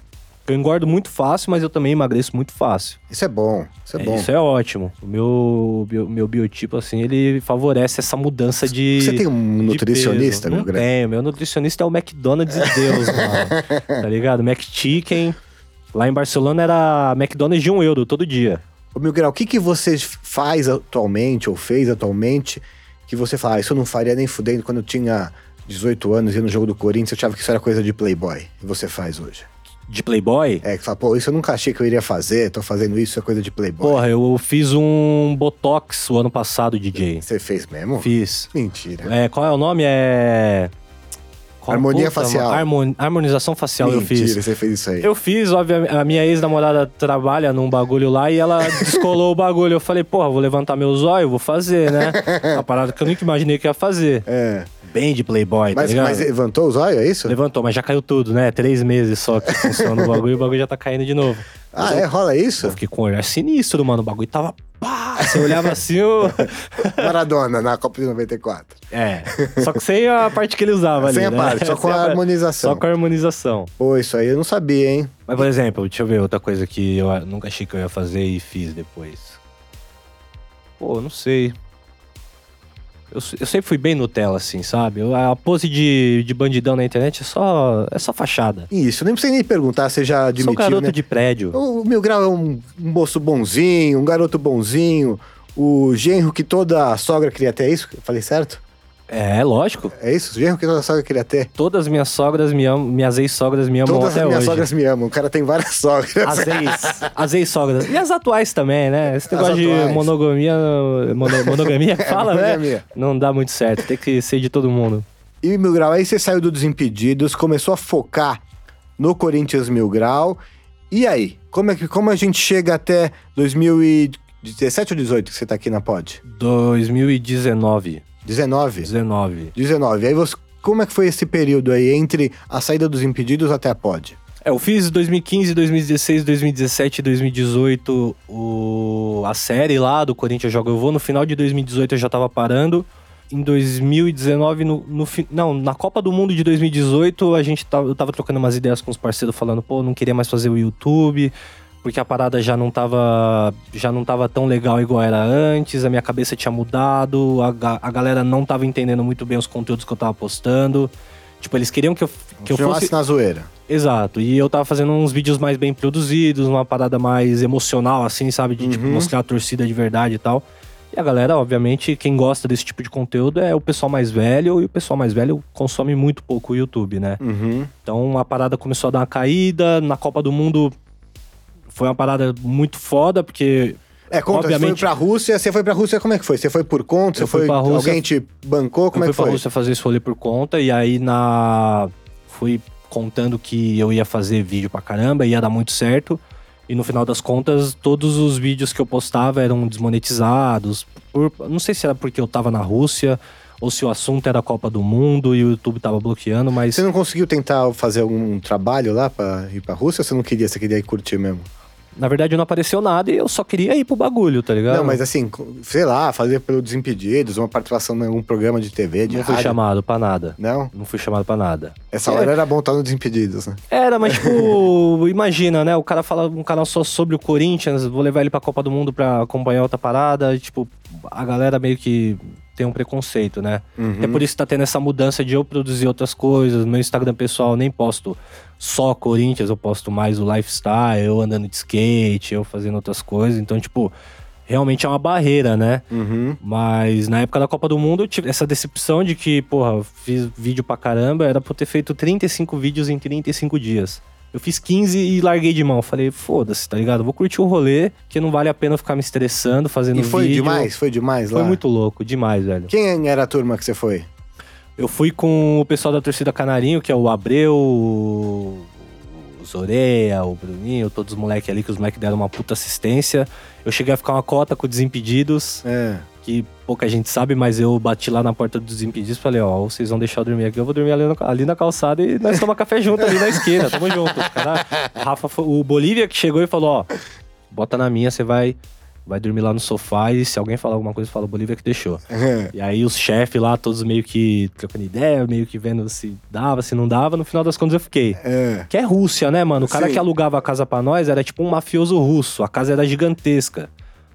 Speaker 1: Eu engordo muito fácil, mas eu também emagreço muito fácil.
Speaker 2: Isso é bom. Isso é
Speaker 1: É,
Speaker 2: bom.
Speaker 1: Isso é ótimo. O meu, bio- meu biotipo, assim, ele favorece essa mudança é de.
Speaker 2: Você tem um
Speaker 1: de
Speaker 2: nutricionista,
Speaker 1: peso. né?
Speaker 2: meu
Speaker 1: Não
Speaker 2: grande?
Speaker 1: tenho. Meu nutricionista é o McDonald's de Deus, mano. Tá ligado? McChicken. Lá em Barcelona era McDonald's de um euro todo dia.
Speaker 2: Ô, Mil Grau, o que, que você faz atualmente, ou fez atualmente, que você fala, ah, isso eu não faria nem fudendo quando eu tinha 18 anos e no jogo do Corinthians, eu achava que isso era coisa de playboy. E você faz hoje.
Speaker 1: De Playboy?
Speaker 2: É, que fala, pô, isso eu nunca achei que eu iria fazer, tô fazendo isso, isso é coisa de playboy.
Speaker 1: Porra, eu fiz um Botox o ano passado, DJ.
Speaker 2: Você fez mesmo?
Speaker 1: Fiz.
Speaker 2: Mentira.
Speaker 1: É, qual é o nome? É. qual-
Speaker 2: Harmonia facial.
Speaker 1: mano, harmon- harmonização facial eu
Speaker 2: Mentira,
Speaker 1: fiz.
Speaker 2: você fez isso aí.
Speaker 1: Eu fiz, obviamente. A minha ex-namorada trabalha num bagulho lá e ela descolou o bagulho. Eu falei, porra, vou levantar meus olhos, vou fazer, né? Uma parada que eu nunca imaginei que ia fazer.
Speaker 2: É.
Speaker 1: Bem de Playboy, tá
Speaker 2: Mas,
Speaker 1: ligado?
Speaker 2: mas levantou os olhos, é isso?
Speaker 1: Levantou, mas já caiu tudo, né? Três meses só que funciona o bagulho e o bagulho já tá caindo de novo.
Speaker 2: Ah, é? Rola isso?
Speaker 1: Eu fiquei com um olhar sinistro, mano. O bagulho tava. Pá! Você olhava assim, o.
Speaker 2: Maradona, na Copa de 94.
Speaker 1: É. Só que sem a parte que ele usava ali.
Speaker 2: Sem a
Speaker 1: né?
Speaker 2: parte, só com
Speaker 1: Sem
Speaker 2: a
Speaker 1: parte.
Speaker 2: harmonização.
Speaker 1: Só com a harmonização.
Speaker 2: Pô, isso aí eu não sabia, hein?
Speaker 1: Mas, por exemplo, deixa eu ver outra coisa que eu nunca achei que eu ia fazer e fiz depois. Pô, eu não sei. Eu, se- eu sempre fui bem Nutella, assim, sabe? Eu- a pose de, de bandidão na internet é só, é só fachada.
Speaker 2: Isso, nem precisei nem perguntar, você já
Speaker 1: Sou um
Speaker 2: admitiu,
Speaker 1: garoto
Speaker 2: né?
Speaker 1: de prédio.
Speaker 2: O Mil Grau é um moço bonzinho, um garoto bonzinho, o genro que toda sogra queria ter, é isso? Eu Falei certo?
Speaker 1: É, lógico.
Speaker 2: É isso? O genro que toda sogra queria ter.
Speaker 1: Todas minhas sogras me amam, minhas ex-sogras me amam
Speaker 2: Todas
Speaker 1: até
Speaker 2: as minhas
Speaker 1: hoje. Ah,
Speaker 2: sogras me amam, o cara tem várias sogras.
Speaker 1: As ex, as ex-sogras. E as atuais também, né? Esse
Speaker 2: As
Speaker 1: negócio de
Speaker 2: atuais. É
Speaker 1: monogamia. mono- monogamia que fala,
Speaker 2: monogamia.
Speaker 1: né? Não dá muito certo. Tem que ser de todo mundo.
Speaker 2: E Mil Grau, aí você saiu do Desimpedidos, começou a focar no Corinthians Mil Grau. E aí? Como, é que, como a gente chega até 2017 ou 18 que você tá aqui na pod?
Speaker 1: 2019.
Speaker 2: 19?
Speaker 1: 19.
Speaker 2: 19. Aí você. Como é que foi esse período aí entre a saída dos impedidos até a pod?
Speaker 1: É, eu fiz 2015, 2016, 2017, 2018 o, a série lá do Corinthians Joga Eu Vou. No final de 2018 eu já tava parando. Em 2019, no, no fi- não, na Copa do Mundo de 2018, a gente tava, eu tava trocando umas ideias com os parceiros falando, pô, não queria mais fazer o YouTube, porque a parada já não tava, já não tava tão legal igual era antes, a minha cabeça tinha mudado, a, ga- a galera não tava entendendo muito bem os conteúdos que eu tava postando. Tipo, eles queriam que eu, f- que eu
Speaker 2: Continuasse
Speaker 1: fosse
Speaker 2: na zoeira.
Speaker 1: Exato. E eu tava fazendo uns vídeos mais bem produzidos, uma parada mais emocional, assim, sabe? De tipo, mostrar a torcida de verdade e tal. E a galera, obviamente, quem gosta desse tipo de conteúdo é o pessoal mais velho, e o pessoal mais velho consome muito pouco o YouTube, né?
Speaker 2: Uhum.
Speaker 1: Então a parada começou a dar uma caída. Na Copa do Mundo foi uma parada muito foda, porque
Speaker 2: É, conta, você
Speaker 1: Obviamente-
Speaker 2: foi pra Rússia, você foi pra Rússia, como é que foi? Você foi por conta? Você
Speaker 1: Eu fui
Speaker 2: foi,
Speaker 1: pra Rússia.
Speaker 2: alguém te bancou, como
Speaker 1: eu fui
Speaker 2: é que
Speaker 1: pra
Speaker 2: foi?
Speaker 1: Rússia fazer esse rolê por conta, e aí na. Fui contando que eu ia fazer vídeo pra caramba, ia dar muito certo. E no final das contas, todos os vídeos que eu postava eram desmonetizados. por- Não sei se era porque eu tava na Rússia, ou se o assunto era a Copa do Mundo e o YouTube tava bloqueando, mas.
Speaker 2: Você não conseguiu tentar fazer algum trabalho lá pra ir pra Rússia? Você não queria, você queria ir curtir mesmo?
Speaker 1: Na verdade não apareceu nada e eu só queria ir pro bagulho, tá ligado?
Speaker 2: Não, mas assim, co- sei lá, fazer pelo Desimpedidos, uma participação em algum programa de TV, de
Speaker 1: Não fui
Speaker 2: rádio.
Speaker 1: chamado É. pra nada.
Speaker 2: Não?
Speaker 1: Não fui chamado pra nada.
Speaker 2: Essa hora era bom estar no Desimpedidos, né?
Speaker 1: Era, mas tipo, imagina, né? O cara fala um canal só sobre o Corinthians, vou levar ele pra Copa do Mundo pra acompanhar outra parada. e, tipo, a galera meio que tem um preconceito, né? É por isso que tá tendo essa mudança de eu produzir outras coisas. Meu Instagram pessoal eu nem posto só Corinthians, eu posto mais o lifestyle, eu andando de skate, eu fazendo outras coisas. Então, tipo, realmente é uma barreira, né?
Speaker 2: Uhum.
Speaker 1: Mas na época da Copa do Mundo eu tive essa decepção de que, porra, eu fiz vídeo pra caramba, era pra eu ter feito 35 vídeos em 35 dias. Eu fiz 15 e larguei de mão. Falei, foda-se, tá ligado? Vou curtir o rolê, que não vale a pena eu ficar me estressando, fazendo
Speaker 2: E foi
Speaker 1: vídeo.
Speaker 2: demais, foi demais lá.
Speaker 1: Foi muito louco, demais, velho.
Speaker 2: Quem era a turma que você foi?
Speaker 1: Eu fui com o pessoal da torcida Canarinho, que é o Abreu, o o Zoreia, o Bruninho, todos os moleques ali, que os moleques deram uma puta assistência. Eu cheguei a ficar uma cota com o Desimpedidos
Speaker 2: É.
Speaker 1: que pouca gente sabe, mas eu bati lá na porta dos impedidos e falei, ó, ou vocês vão deixar eu dormir aqui, eu vou dormir ali, no- ali na calçada e nós tomamos café junto ali na esquina, tamo junto. Os cara, Rafa, foi- o Bolívia que chegou e falou, ó, bota na minha, você vai vai dormir lá no sofá e se alguém falar alguma coisa, fala Bolívia que deixou.
Speaker 2: é,
Speaker 1: E aí os chefes lá, todos meio que trocando ideia, meio que vendo se dava, se não dava. No final das contas eu fiquei.
Speaker 2: É.
Speaker 1: Que é Rússia, né, mano? O cara
Speaker 2: Sim.
Speaker 1: que alugava a casa pra nós era tipo um mafioso russo. A casa era gigantesca.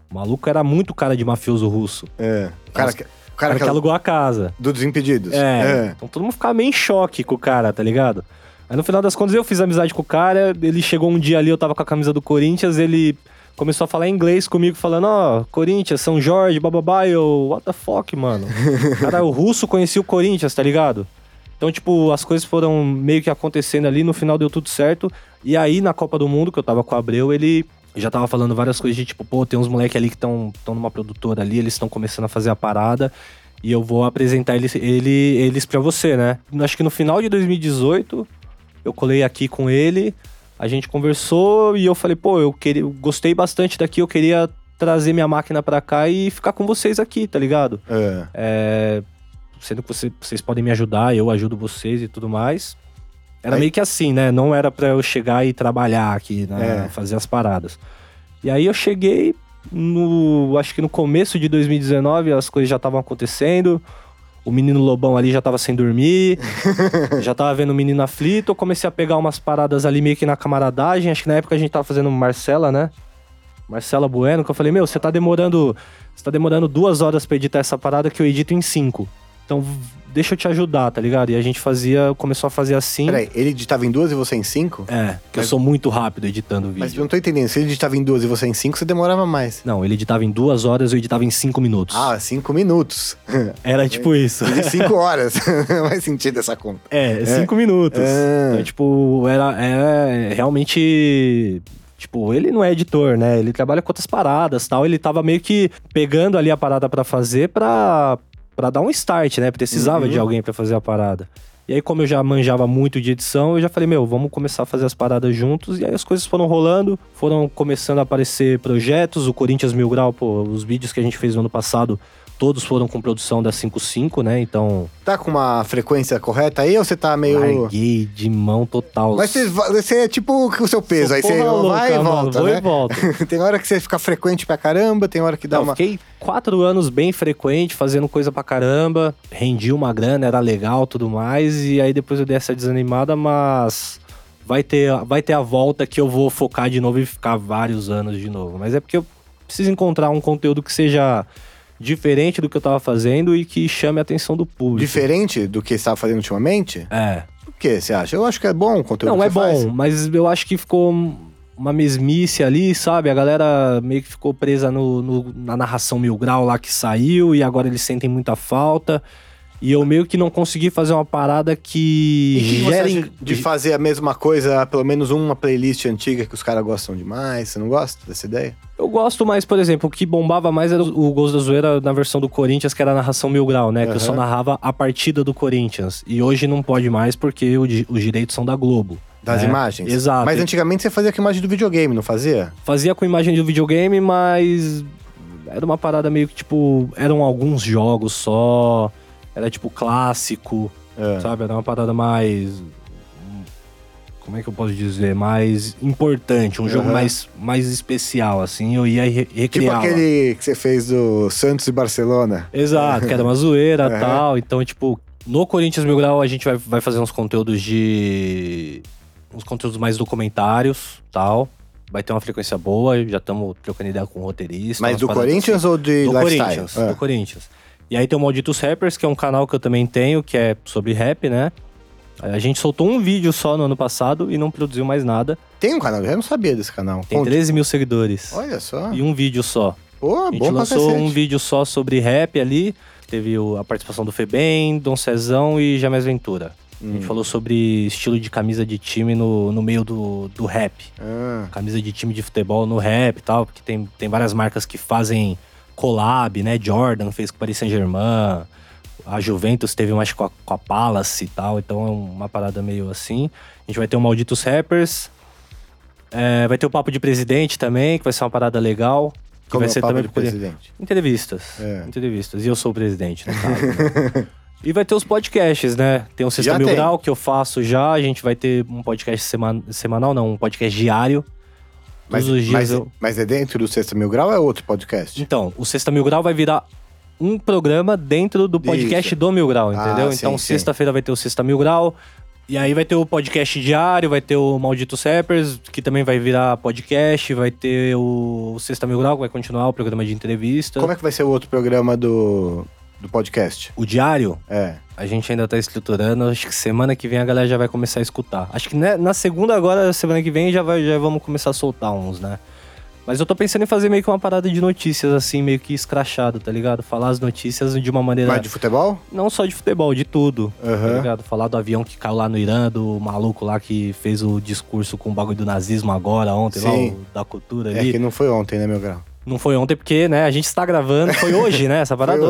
Speaker 1: O maluco era muito cara de mafioso russo. O
Speaker 2: É. O cara, que, o cara que, é
Speaker 1: alugou a casa.
Speaker 2: do Desimpedidos.
Speaker 1: É. Então todo mundo ficava meio em choque com o cara, tá ligado? Aí no final das contas eu fiz amizade com o cara, ele chegou um dia ali, eu tava com a camisa do Corinthians, ele começou a falar inglês comigo, falando, ó, Corinthians, São Jorge, bababá, eu, what the fuck, mano? cara, o russo conhecia o Corinthians, tá ligado? Então, tipo, as coisas foram meio que acontecendo ali, no final deu tudo certo. E aí, na Copa do Mundo, que eu tava com o Abreu, ele já tava falando várias coisas de tipo, pô, tem uns moleque ali que estão numa produtora ali, eles estão começando a fazer a parada. E eu vou apresentar eles, ele, eles pra você, né? Acho que no final de 2018, eu colei aqui com ele, a gente conversou e eu falei, pô, eu, queria, eu gostei bastante daqui, eu queria trazer minha máquina pra cá e ficar com vocês aqui, tá ligado?
Speaker 2: É.
Speaker 1: É, sendo que você- vocês podem me ajudar, eu ajudo vocês e tudo mais. Era
Speaker 2: Aí-
Speaker 1: meio que assim, né? Não era pra eu chegar e trabalhar aqui, né?
Speaker 2: É.
Speaker 1: Fazer as paradas. E aí eu cheguei no. Acho que no começo de 2019 as coisas já estavam acontecendo. O menino Lobão ali já tava sem dormir, já tava vendo o menino aflito. Eu comecei a pegar umas paradas ali meio que na camaradagem. Acho que na época a gente tava fazendo Marcela, né? Marcela Bueno, que eu falei, meu, você tá demorando. Você tá demorando duas horas pra editar essa parada que eu edito em cinco. Então, v- deixa eu te ajudar, tá ligado? E a gente fazia, começou a fazer assim.
Speaker 2: Peraí, ele editava em duas e você em cinco?
Speaker 1: É, que eu
Speaker 2: Mas-
Speaker 1: sou muito rápido editando vídeo.
Speaker 2: Mas um eu não tô entendendo. Se ele editava em duas e você em cinco, você demorava mais.
Speaker 1: Não, ele editava em duas horas, eu editava em cinco minutos.
Speaker 2: Ah, é. cinco minutos.
Speaker 1: Era tipo isso.
Speaker 2: De cinco horas. Não faz sentido essa conta.
Speaker 1: É, cinco minutos.
Speaker 2: É.
Speaker 1: Então, tipo, era, era realmente. Tipo, ele não é editor, né? Ele trabalha com outras paradas tal. Ele tava meio que pegando ali a parada pra fazer pra, pra dar um start, né? Precisava de alguém pra fazer a parada. E aí, como eu já manjava muito de edição, eu já falei, meu, vamos começar a fazer as paradas juntos. E aí as coisas foram rolando, foram começando a aparecer projetos. O Corinthians Mil Grau, pô, os vídeos que a gente fez no ano passado, todos foram com produção da 55, né? Então,
Speaker 2: Tá com uma frequência correta aí ou você tá meio.
Speaker 1: Larguei de mão total.
Speaker 2: Mas você, você é tipo o seu peso,
Speaker 1: Sou
Speaker 2: aí você
Speaker 1: porra louca,
Speaker 2: vai e
Speaker 1: mano,
Speaker 2: volta,
Speaker 1: vou
Speaker 2: né?
Speaker 1: e volto.
Speaker 2: Tem hora que você fica frequente pra caramba, tem hora que dá
Speaker 1: Não,
Speaker 2: uma.
Speaker 1: Fiquei quatro anos bem frequente, fazendo coisa pra caramba. Rendi uma grana, era legal tudo mais. E aí depois eu dei essa desanimada, mas vai ter, vai ter a volta que eu vou focar de novo e ficar vários anos de novo. Mas é porque eu preciso encontrar um conteúdo que seja diferente do que eu tava fazendo e que chame a atenção do público.
Speaker 2: Diferente do que você tava fazendo ultimamente?
Speaker 1: É.
Speaker 2: O que você acha? Eu acho que é bom o conteúdo
Speaker 1: Não,
Speaker 2: que
Speaker 1: é
Speaker 2: você
Speaker 1: bom,
Speaker 2: faz.
Speaker 1: mas eu acho que ficou um- uma mesmice ali, sabe? A galera meio que ficou presa no, no- na narração mil grau lá que saiu e agora eles sentem muita falta. E eu meio que não consegui fazer uma parada que,
Speaker 2: E o que você
Speaker 1: gere.
Speaker 2: acha de fazer a mesma coisa, pelo menos uma playlist antiga que os caras gostam demais? Você não gosta dessa ideia?
Speaker 1: Eu gosto mais, por exemplo, o que bombava mais era o o Gols da Zoeira na versão do Corinthians, que era a narração mil grau, né? Que eu só
Speaker 2: Aham.
Speaker 1: narrava a partida do Corinthians. E hoje não pode mais porque o di- os direitos são da Globo.
Speaker 2: Das
Speaker 1: né?
Speaker 2: imagens?
Speaker 1: Exato.
Speaker 2: Mas antigamente você fazia com imagem do videogame, não fazia?
Speaker 1: Fazia com imagem de videogame, mas era uma parada meio que tipo. Eram alguns jogos só. Era tipo clássico,
Speaker 2: É.
Speaker 1: sabe? Era uma parada mais. Como é que eu posso dizer? Mais importante, um jogo
Speaker 2: Aham.
Speaker 1: mais, mais especial, assim. Eu ia re
Speaker 2: Tipo
Speaker 1: recriar.
Speaker 2: aquele que você fez do Santos e Barcelona.
Speaker 1: Exato, que era uma zoeira
Speaker 2: Aham.
Speaker 1: e tal. Então, tipo, no Corinthians Mil Grau a gente vai, vai fazer uns conteúdos de. uns conteúdos mais documentários tal. Vai ter uma frequência boa, já estamos trocando ideia com o roteirista.
Speaker 2: Mas
Speaker 1: umas
Speaker 2: do
Speaker 1: paradas
Speaker 2: Corinthians ou de
Speaker 1: assim. Do
Speaker 2: Lifestyle?
Speaker 1: Corinthians,
Speaker 2: Ah.
Speaker 1: do Corinthians. E aí tem o Malditos Rappers, que é um canal que eu também tenho, que é sobre rap, né? A gente soltou um vídeo só no ano passado e não produziu mais nada.
Speaker 2: Tem um canal, eu já não sabia desse canal.
Speaker 1: Tem
Speaker 2: Conte-
Speaker 1: 13 mil seguidores.
Speaker 2: Olha só.
Speaker 1: E um vídeo só.
Speaker 2: Pô,
Speaker 1: A gente
Speaker 2: Tá bom pra
Speaker 1: lançou
Speaker 2: cacete.
Speaker 1: um vídeo só sobre rap ali. Teve o- a participação do Febem, Dom Cezão e James Ventura. A
Speaker 2: Hum.
Speaker 1: gente falou sobre estilo de camisa de time no, no meio do, do rap.
Speaker 2: Ah,
Speaker 1: Camisa de time de futebol no rap e tal, porque tem, tem várias marcas que fazem collab, né? Jordan fez com o Paris Saint-Germain, a Juventus teve mais com a, com a Palace e tal, então é uma parada meio assim. A gente vai ter o Malditos Rappers, é, vai ter o Papo de Presidente também, que vai ser uma parada legal. Que
Speaker 2: como
Speaker 1: vai
Speaker 2: é o
Speaker 1: ser
Speaker 2: papo
Speaker 1: também
Speaker 2: de
Speaker 1: porque-
Speaker 2: presidente.
Speaker 1: Entrevistas.
Speaker 2: É.
Speaker 1: Entrevistas. E eu sou o presidente, no caso. né? e vai ter os podcasts, né? Tem o Sexta
Speaker 2: Já
Speaker 1: Mil
Speaker 2: tem.
Speaker 1: Grau que eu faço já. A gente vai ter um podcast seman- semanal, não, um podcast diário.
Speaker 2: Mas,
Speaker 1: os dias
Speaker 2: mas,
Speaker 1: eu-
Speaker 2: mas é dentro do Sexta Mil Grau ou é outro podcast?
Speaker 1: Então, o Sexta Mil Grau vai virar um programa dentro do podcast
Speaker 2: Isso.
Speaker 1: do Mil Grau, entendeu?
Speaker 2: Ah, sim,
Speaker 1: então,
Speaker 2: sim.
Speaker 1: sexta-feira vai ter o Sexta Mil Grau. E aí vai ter o podcast diário, vai ter o Maldito Sappers, que também vai virar podcast, vai ter o Sexta Mil Grau, que vai continuar o programa de entrevista.
Speaker 2: Como é que vai ser o outro programa do, do podcast?
Speaker 1: O diário,
Speaker 2: É.
Speaker 1: a gente ainda tá estruturando, acho que semana que vem a galera já vai começar a escutar. Acho que né, na segunda agora, semana que vem, já, vai, já vamos começar a soltar uns, né? Mas eu tô pensando em fazer meio que uma parada de notícias, assim, meio que escrachado, tá ligado? Falar as notícias de uma maneira...
Speaker 2: Mais de futebol?
Speaker 1: Não só de futebol, de tudo.
Speaker 2: Aham.
Speaker 1: Tá ligado? Falar do avião que caiu lá no Irã, do maluco lá que fez o discurso com o bagulho do nazismo agora, ontem, lá,
Speaker 2: Sim.
Speaker 1: o da cultura
Speaker 2: É
Speaker 1: ali.
Speaker 2: que não foi ontem, né, meu grau?
Speaker 1: Não foi ontem, porque, né, a gente está gravando. Foi hoje, né, essa parada?
Speaker 2: hoje,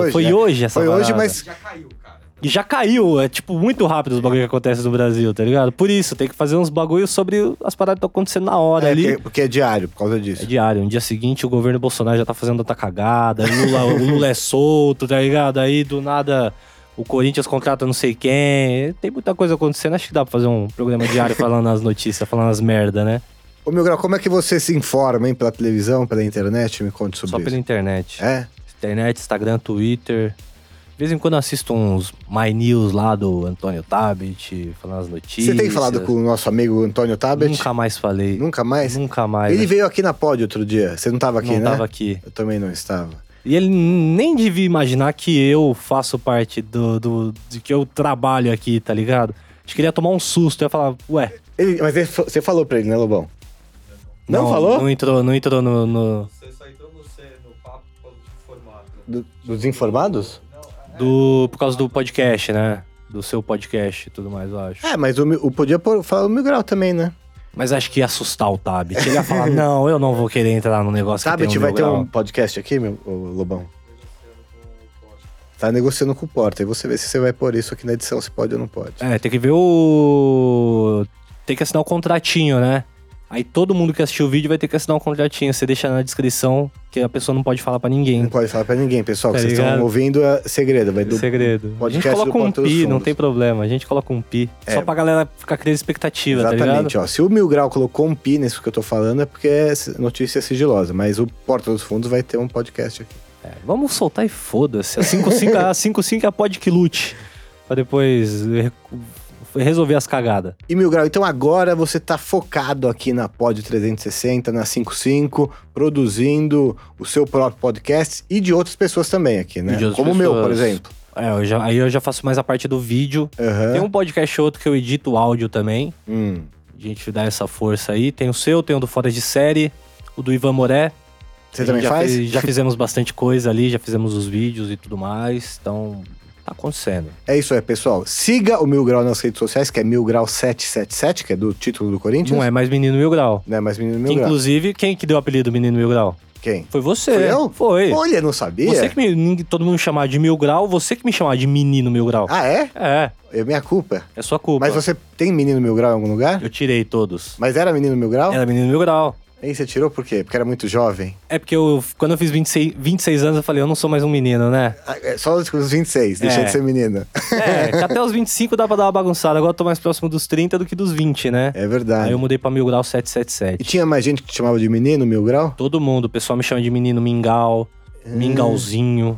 Speaker 2: né?
Speaker 1: essa
Speaker 2: Foi
Speaker 1: parada.
Speaker 2: hoje, mas
Speaker 4: Já caiu, cara.
Speaker 1: E já caiu, é tipo muito rápido os bagulhos que acontecem no Brasil, tá ligado? Por isso, tem que fazer uns bagulhos sobre as paradas que estão acontecendo na hora
Speaker 2: é
Speaker 1: ali.
Speaker 2: porque, porque é diário, por causa
Speaker 1: É
Speaker 2: disso.
Speaker 1: diário. No dia seguinte, o governo Bolsonaro já tá fazendo outra cagada. o Lula, o Lula é solto, tá ligado? Aí, do nada, o Corinthians contrata não sei quem. Tem muita coisa acontecendo. Acho que dá pra fazer um programa diário falando as notícias, falando as merda, né?
Speaker 2: Ô, meu grau, como é que você se informa, hein? Pela televisão, pela internet? Me conte sobre
Speaker 1: Só pela
Speaker 2: isso.
Speaker 1: internet.
Speaker 2: É?
Speaker 1: Internet, Instagram, Twitter. De vez em quando eu assisto uns My News lá do Antônio Tabit, falando as notícias.
Speaker 2: Você tem falado com o nosso amigo Antônio Tabet?
Speaker 1: Nunca mais falei.
Speaker 2: Nunca mais?
Speaker 1: Nunca mais.
Speaker 2: Ele veio aqui na pod outro dia. Você não tava aqui,
Speaker 1: não
Speaker 2: né?
Speaker 1: tava aqui.
Speaker 2: Eu também não estava.
Speaker 1: E ele nem devia imaginar que eu faço parte do, do- de que eu trabalho aqui, tá ligado? Acho que ele ia tomar um susto, ia falar, ué.
Speaker 2: Ele- mas ele fa- você falou pra ele, né, Lobão? Não, falou?
Speaker 1: Não entrou, não entrou no. no-
Speaker 4: Você só entrou você no papo quando te formato.
Speaker 2: Do- dos informados?
Speaker 1: do. Por causa do podcast, né? Do seu podcast e tudo mais, eu acho.
Speaker 2: É, mas o, mi- o podia pôr, falar o Mil Grau também, né?
Speaker 1: Mas acho que ia assustar o Tabit. Ele ia falar, não, eu não vou querer entrar no negócio
Speaker 2: Sabe,
Speaker 1: que tem um
Speaker 2: vai
Speaker 1: mil
Speaker 2: ter
Speaker 1: grau."
Speaker 2: um podcast aqui, meu ô, Lobão? Tá negociando com o Porta. E você vê se você vai pôr isso aqui na edição, se pode ou não pode.
Speaker 1: É, tem que ver o. Tem que assinar o contratinho, né? Aí todo mundo que assistiu o vídeo vai ter que assinar um contratinho. Você deixa na descrição que a pessoa não pode falar pra ninguém.
Speaker 2: Não pode falar pra ninguém, pessoal.
Speaker 1: Tá
Speaker 2: que vocês estão
Speaker 1: ligado?
Speaker 2: ouvindo é segredo. Vai do...
Speaker 1: Segredo. A gente
Speaker 2: podcast do
Speaker 1: coloca um
Speaker 2: Porta dos
Speaker 1: pi, não
Speaker 2: Fundos.
Speaker 1: tem problema. A gente coloca um pi. Só pra galera ficar criando expectativa, tá ligado?
Speaker 2: Exatamente, ó. Se o Mil Grau colocou um pi nisso que eu tô falando, é porque é s- notícia sigilosa. Mas o Porta dos Fundos vai ter um podcast aqui.
Speaker 1: É, vamos soltar e foda-se. A 55 a 55 é a pod que lute. Pra depois re- resolver as cagadas.
Speaker 2: E Mil Grau, então agora você tá focado aqui na Pod 360, na 55, produzindo o seu próprio podcast e de outras pessoas também aqui, né?
Speaker 1: E de outras
Speaker 2: Como o meu, por
Speaker 1: pessoas.
Speaker 2: exemplo.
Speaker 1: É, eu já- aí eu já faço mais a parte do vídeo. Tem
Speaker 2: Aham.
Speaker 1: um podcast outro que eu edito o áudio também.
Speaker 2: Hum.
Speaker 1: A gente dá essa força aí. Tem o seu, tem o do Fora de Série, o do Ivan Moré.
Speaker 2: Você
Speaker 1: A gente
Speaker 2: também
Speaker 1: já
Speaker 2: faz?
Speaker 1: fez- já fizemos bastante coisa ali, já fizemos os vídeos e tudo mais. Então, tá acontecendo.
Speaker 2: É isso aí, pessoal. Siga o Mil Grau nas redes sociais, que é Mil Grau 777, que é do título do Corinthians.
Speaker 1: Não é mais Menino Mil Grau.
Speaker 2: Não é mais Menino
Speaker 1: Que,
Speaker 2: Mil Grau.
Speaker 1: inclusive, quem que deu o apelido Menino Mil Grau?
Speaker 2: Quem?
Speaker 1: Foi você.
Speaker 2: Fui eu?
Speaker 1: É, Foi.
Speaker 2: Olha, não sabia.
Speaker 1: Você que me- todo mundo chamava de Mil Grau, você que me chamava de Menino Mil Grau.
Speaker 2: Ah, é?
Speaker 1: É,
Speaker 2: É minha culpa.
Speaker 1: é sua culpa.
Speaker 2: Mas você tem Menino Mil Grau em algum lugar?
Speaker 1: Eu É. tirei todos.
Speaker 2: Mas era Menino Mil Grau?
Speaker 1: Era Menino Mil Grau.
Speaker 2: E você tirou por quê? Porque era muito jovem.
Speaker 1: É porque eu, quando eu fiz 26, 26 anos, eu falei, eu não sou mais um menino, né?
Speaker 2: Ah, é Só os 26, deixa
Speaker 1: É.
Speaker 2: de ser menino.
Speaker 1: É, que até os 25 dá pra dar uma bagunçada. Agora eu tô mais próximo dos 30 do que dos 20, né?
Speaker 2: É verdade.
Speaker 1: Aí eu mudei pra Mil Grau
Speaker 2: E
Speaker 1: 777.
Speaker 2: tinha mais gente que te chamava de menino, Mil Grau?
Speaker 1: Todo mundo, o pessoal me chama de menino mingau,
Speaker 2: É.
Speaker 1: mingauzinho,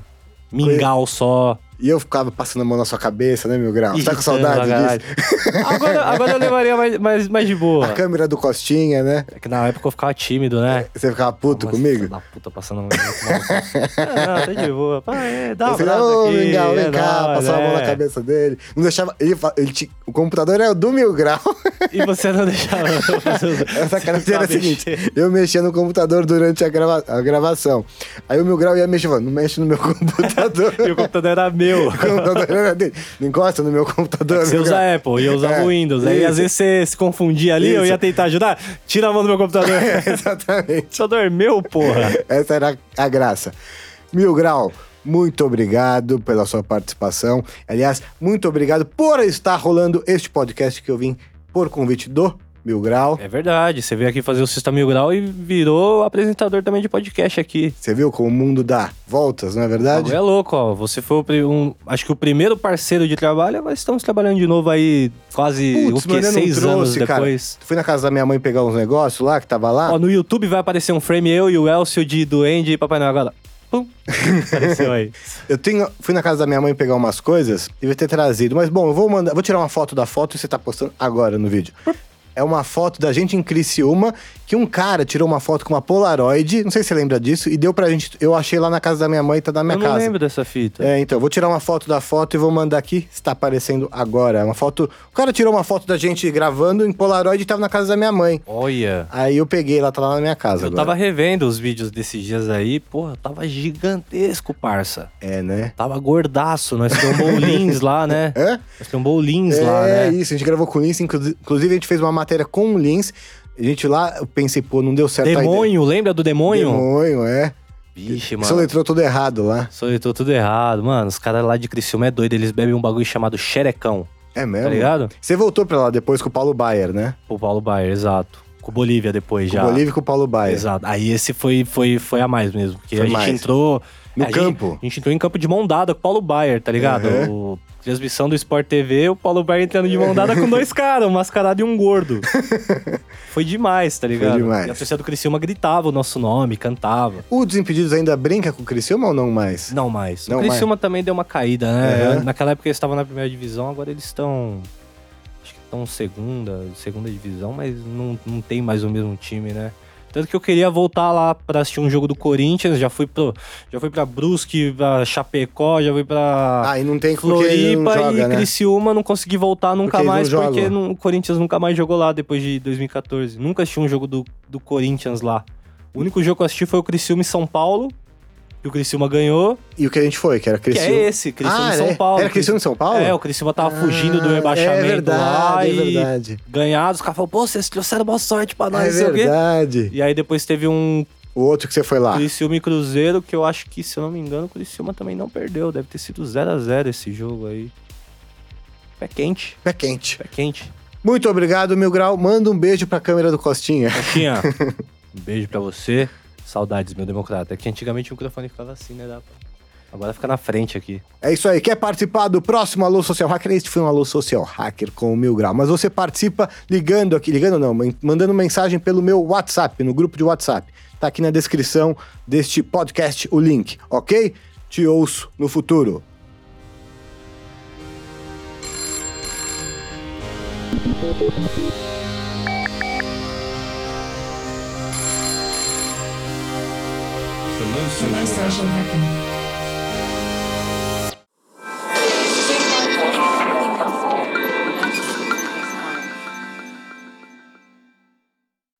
Speaker 1: mingau só.
Speaker 2: E eu ficava passando a mão na sua cabeça, né, Mil Grau? tá com
Speaker 1: irritando
Speaker 2: saudade
Speaker 1: pra
Speaker 2: disso?
Speaker 1: caralho. Agora, agora eu levaria mais, mais, mais de
Speaker 2: A
Speaker 1: boa.
Speaker 2: câmera do Costinha, né?
Speaker 1: É que na época eu ficava tímido, né?
Speaker 2: Você ficava Tá puto
Speaker 1: Nossa,
Speaker 2: comigo?
Speaker 1: filha Da puta passando a mão. Ah, tá de boa. Pá, é, dá um
Speaker 2: Aí você
Speaker 1: abraço
Speaker 2: "Ô,
Speaker 1: aqui,
Speaker 2: Mingau, vem
Speaker 1: é
Speaker 2: cá,
Speaker 1: nóis,
Speaker 2: passava a mão na
Speaker 1: é.
Speaker 2: cabeça dele. Não deixava. Ele, fa- ele ti- o computador era do mil grau.
Speaker 1: E você não deixava.
Speaker 2: Essa
Speaker 1: Essa
Speaker 2: sacanagem era a seguinte: eu mexia no computador durante a, grava- a gravação. Aí o mil grau ia mexer, falando, não mexe no meu computador.
Speaker 1: E o computador era meu.
Speaker 2: o computador era dele. Não encosta no meu computador.
Speaker 1: É Você
Speaker 2: Mil
Speaker 1: usa
Speaker 2: Grau."
Speaker 1: Apple e eu usava
Speaker 2: Tá É,
Speaker 1: Windows. Aí às
Speaker 2: isso.
Speaker 1: vezes você se confundia ali, eu
Speaker 2: Isso.
Speaker 1: ia tentar ajudar. Tira a mão do meu computador. O
Speaker 2: É, Exatamente.
Speaker 1: computador é meu, porra.
Speaker 2: Essa era a graça. Mil Grau, muito obrigado pela sua participação. Aliás, muito obrigado por estar rolando este podcast que eu vim por convite do Mil Grau.
Speaker 1: É verdade, você veio aqui fazer o Sexta Mil Grau e virou apresentador também de podcast aqui.
Speaker 2: Você viu como o mundo dá voltas, não é
Speaker 1: O
Speaker 2: verdade?
Speaker 1: bagulho é louco, ó. Você foi o pri- um, acho que o primeiro parceiro de trabalho, mas estamos trabalhando de novo aí quase
Speaker 2: Putz,
Speaker 1: o quê?
Speaker 2: mas eu não
Speaker 1: Seis anos
Speaker 2: trouxe, cara.
Speaker 1: depois.
Speaker 2: Fui na casa da minha mãe pegar uns negócios lá, que tava lá.
Speaker 1: Ó, no YouTube vai aparecer um frame eu e o Elcio de Duende e Papai Noel agora. Pum! Apareceu aí.
Speaker 2: Eu tenho, fui na casa da minha mãe pegar umas coisas, devia ter trazido. Mas bom, eu vou mandar, vou tirar uma foto da foto e você tá postando agora no vídeo. É uma foto da gente em Criciúma, que um cara tirou uma foto com uma Polaroid, não sei se você lembra disso, e deu pra gente. Eu achei lá na casa da minha mãe, tá na minha
Speaker 1: eu não
Speaker 2: casa.
Speaker 1: lembro dessa fita.
Speaker 2: É, então, eu vou tirar uma foto da foto e vou mandar aqui. Está aparecendo agora. É Uma foto. O cara tirou uma foto da gente gravando em Polaroid e tava na casa da minha mãe.
Speaker 1: Olha.
Speaker 2: Aí eu peguei, ela tá lá na minha casa.
Speaker 1: Eu
Speaker 2: agora.
Speaker 1: tava revendo os vídeos desses dias aí, porra, tava gigantesco, parça.
Speaker 2: É, né?
Speaker 1: Tava gordaço, nós temos bolins lá, né?
Speaker 2: Hã?
Speaker 1: Nós temos bolins
Speaker 2: É
Speaker 1: lá, né?
Speaker 2: isso, a gente gravou com o Lins, inclusi- inclusive a gente fez uma matéria com o Lins. A gente lá, eu pensei, pô, não deu certo
Speaker 1: Demônio, lembra do
Speaker 2: a
Speaker 1: demônio?
Speaker 2: ideia. tá Demônio, é.
Speaker 1: Vixe,
Speaker 2: Você
Speaker 1: mano.
Speaker 2: letrou tudo errado lá.
Speaker 1: Soletou tudo errado, mano. Os caras lá de Criciúma é doido, eles bebem um bagulho chamado xerecão,
Speaker 2: É
Speaker 1: tá
Speaker 2: mesmo?
Speaker 1: ligado?
Speaker 2: Você voltou pra lá depois com o Paulo Baier, né?
Speaker 1: O Paulo Baier, exato. Com Bolívia depois
Speaker 2: Com
Speaker 1: já.
Speaker 2: o Bolívia e com o Paulo Baier.
Speaker 1: Exato. Aí esse foi, foi, foi a mais mesmo. Porque
Speaker 2: Foi
Speaker 1: a gente
Speaker 2: mais.
Speaker 1: entrou.
Speaker 2: No
Speaker 1: a gente-
Speaker 2: campo.
Speaker 1: a gente entrou em campo de mão dada com o Paulo Baier, tá ligado? O- transmissão do Sport TV, o Paulo Baier entrando de mão dada com dois caras, um mascarado e um gordo. foi demais, tá ligado?
Speaker 2: demais.
Speaker 1: E a torcida do Criciúma gritava o nosso nome, cantava.
Speaker 2: O Desimpedidos ainda brinca com o Criciúma ou não mais?
Speaker 1: Não mais.
Speaker 2: Não
Speaker 1: o
Speaker 2: mais.
Speaker 1: Criciúma também deu uma caída, né?
Speaker 2: Uhum.
Speaker 1: Naquela época eles estavam na primeira divisão, agora eles estão. Acho que estão segunda, segunda divisão, mas não, não tem mais o mesmo time, né? Tanto que eu queria voltar lá pra assistir um jogo do Corinthians, já fui, pro, já fui pra Brusque, pra Chapecó, já fui pra
Speaker 2: Ah, e não tem porque ele não
Speaker 1: Floripa
Speaker 2: joga,
Speaker 1: e
Speaker 2: né?
Speaker 1: Criciúma, não consegui voltar nunca
Speaker 2: Porque eles
Speaker 1: mais,
Speaker 2: não
Speaker 1: porque
Speaker 2: jogam.
Speaker 1: não- o Corinthians nunca mais jogou lá depois de 2014. Nunca assisti um jogo do, do Corinthians lá. O único jogo que eu assisti foi o Criciúma e São Paulo, que o Criciúma ganhou,
Speaker 2: E o que a gente foi, que era
Speaker 1: que
Speaker 2: Criciúma.
Speaker 1: é esse, Criciúma
Speaker 2: ah,
Speaker 1: e São
Speaker 2: é?
Speaker 1: Paulo.
Speaker 2: Era Criciúma em São Paulo?
Speaker 1: É, o Criciúma tava fugindo do
Speaker 2: Ah,
Speaker 1: rebaixamento
Speaker 2: É verdade,
Speaker 1: lá
Speaker 2: é
Speaker 1: e
Speaker 2: verdade.
Speaker 1: ganhado. Os caras falaram, pô, vocês trouxeram boa sorte pra nós,
Speaker 2: É
Speaker 1: não sei o quê.
Speaker 2: verdade. Ah.
Speaker 1: E aí depois teve um
Speaker 2: O outro que você foi lá.
Speaker 1: Criciúma e Cruzeiro, que eu acho que, se eu não me engano, o Criciúma também não perdeu. Deve ter sido 0 a 0 esse jogo aí. Pé quente,
Speaker 2: Pé quente.
Speaker 1: pé quente.
Speaker 2: Muito obrigado, Mil Grau. Manda um beijo pra câmera do Costinha.
Speaker 1: Coxinha, um beijo pra você. Saudades, meu democrata. É que antigamente o microfone ficava assim, né? dá pra- Agora fica na frente aqui.
Speaker 2: É isso aí. Quer participar do próximo Alô Social Hacker? Este foi um Alô Social Hacker com o Mil Grau. Mas você participa ligando aqui, ligando não, man- mandando mensagem pelo meu WhatsApp, no grupo de WhatsApp. Tá aqui na descrição deste podcast o link, ok? Te ouço no futuro.
Speaker 5: Hello, social hacker.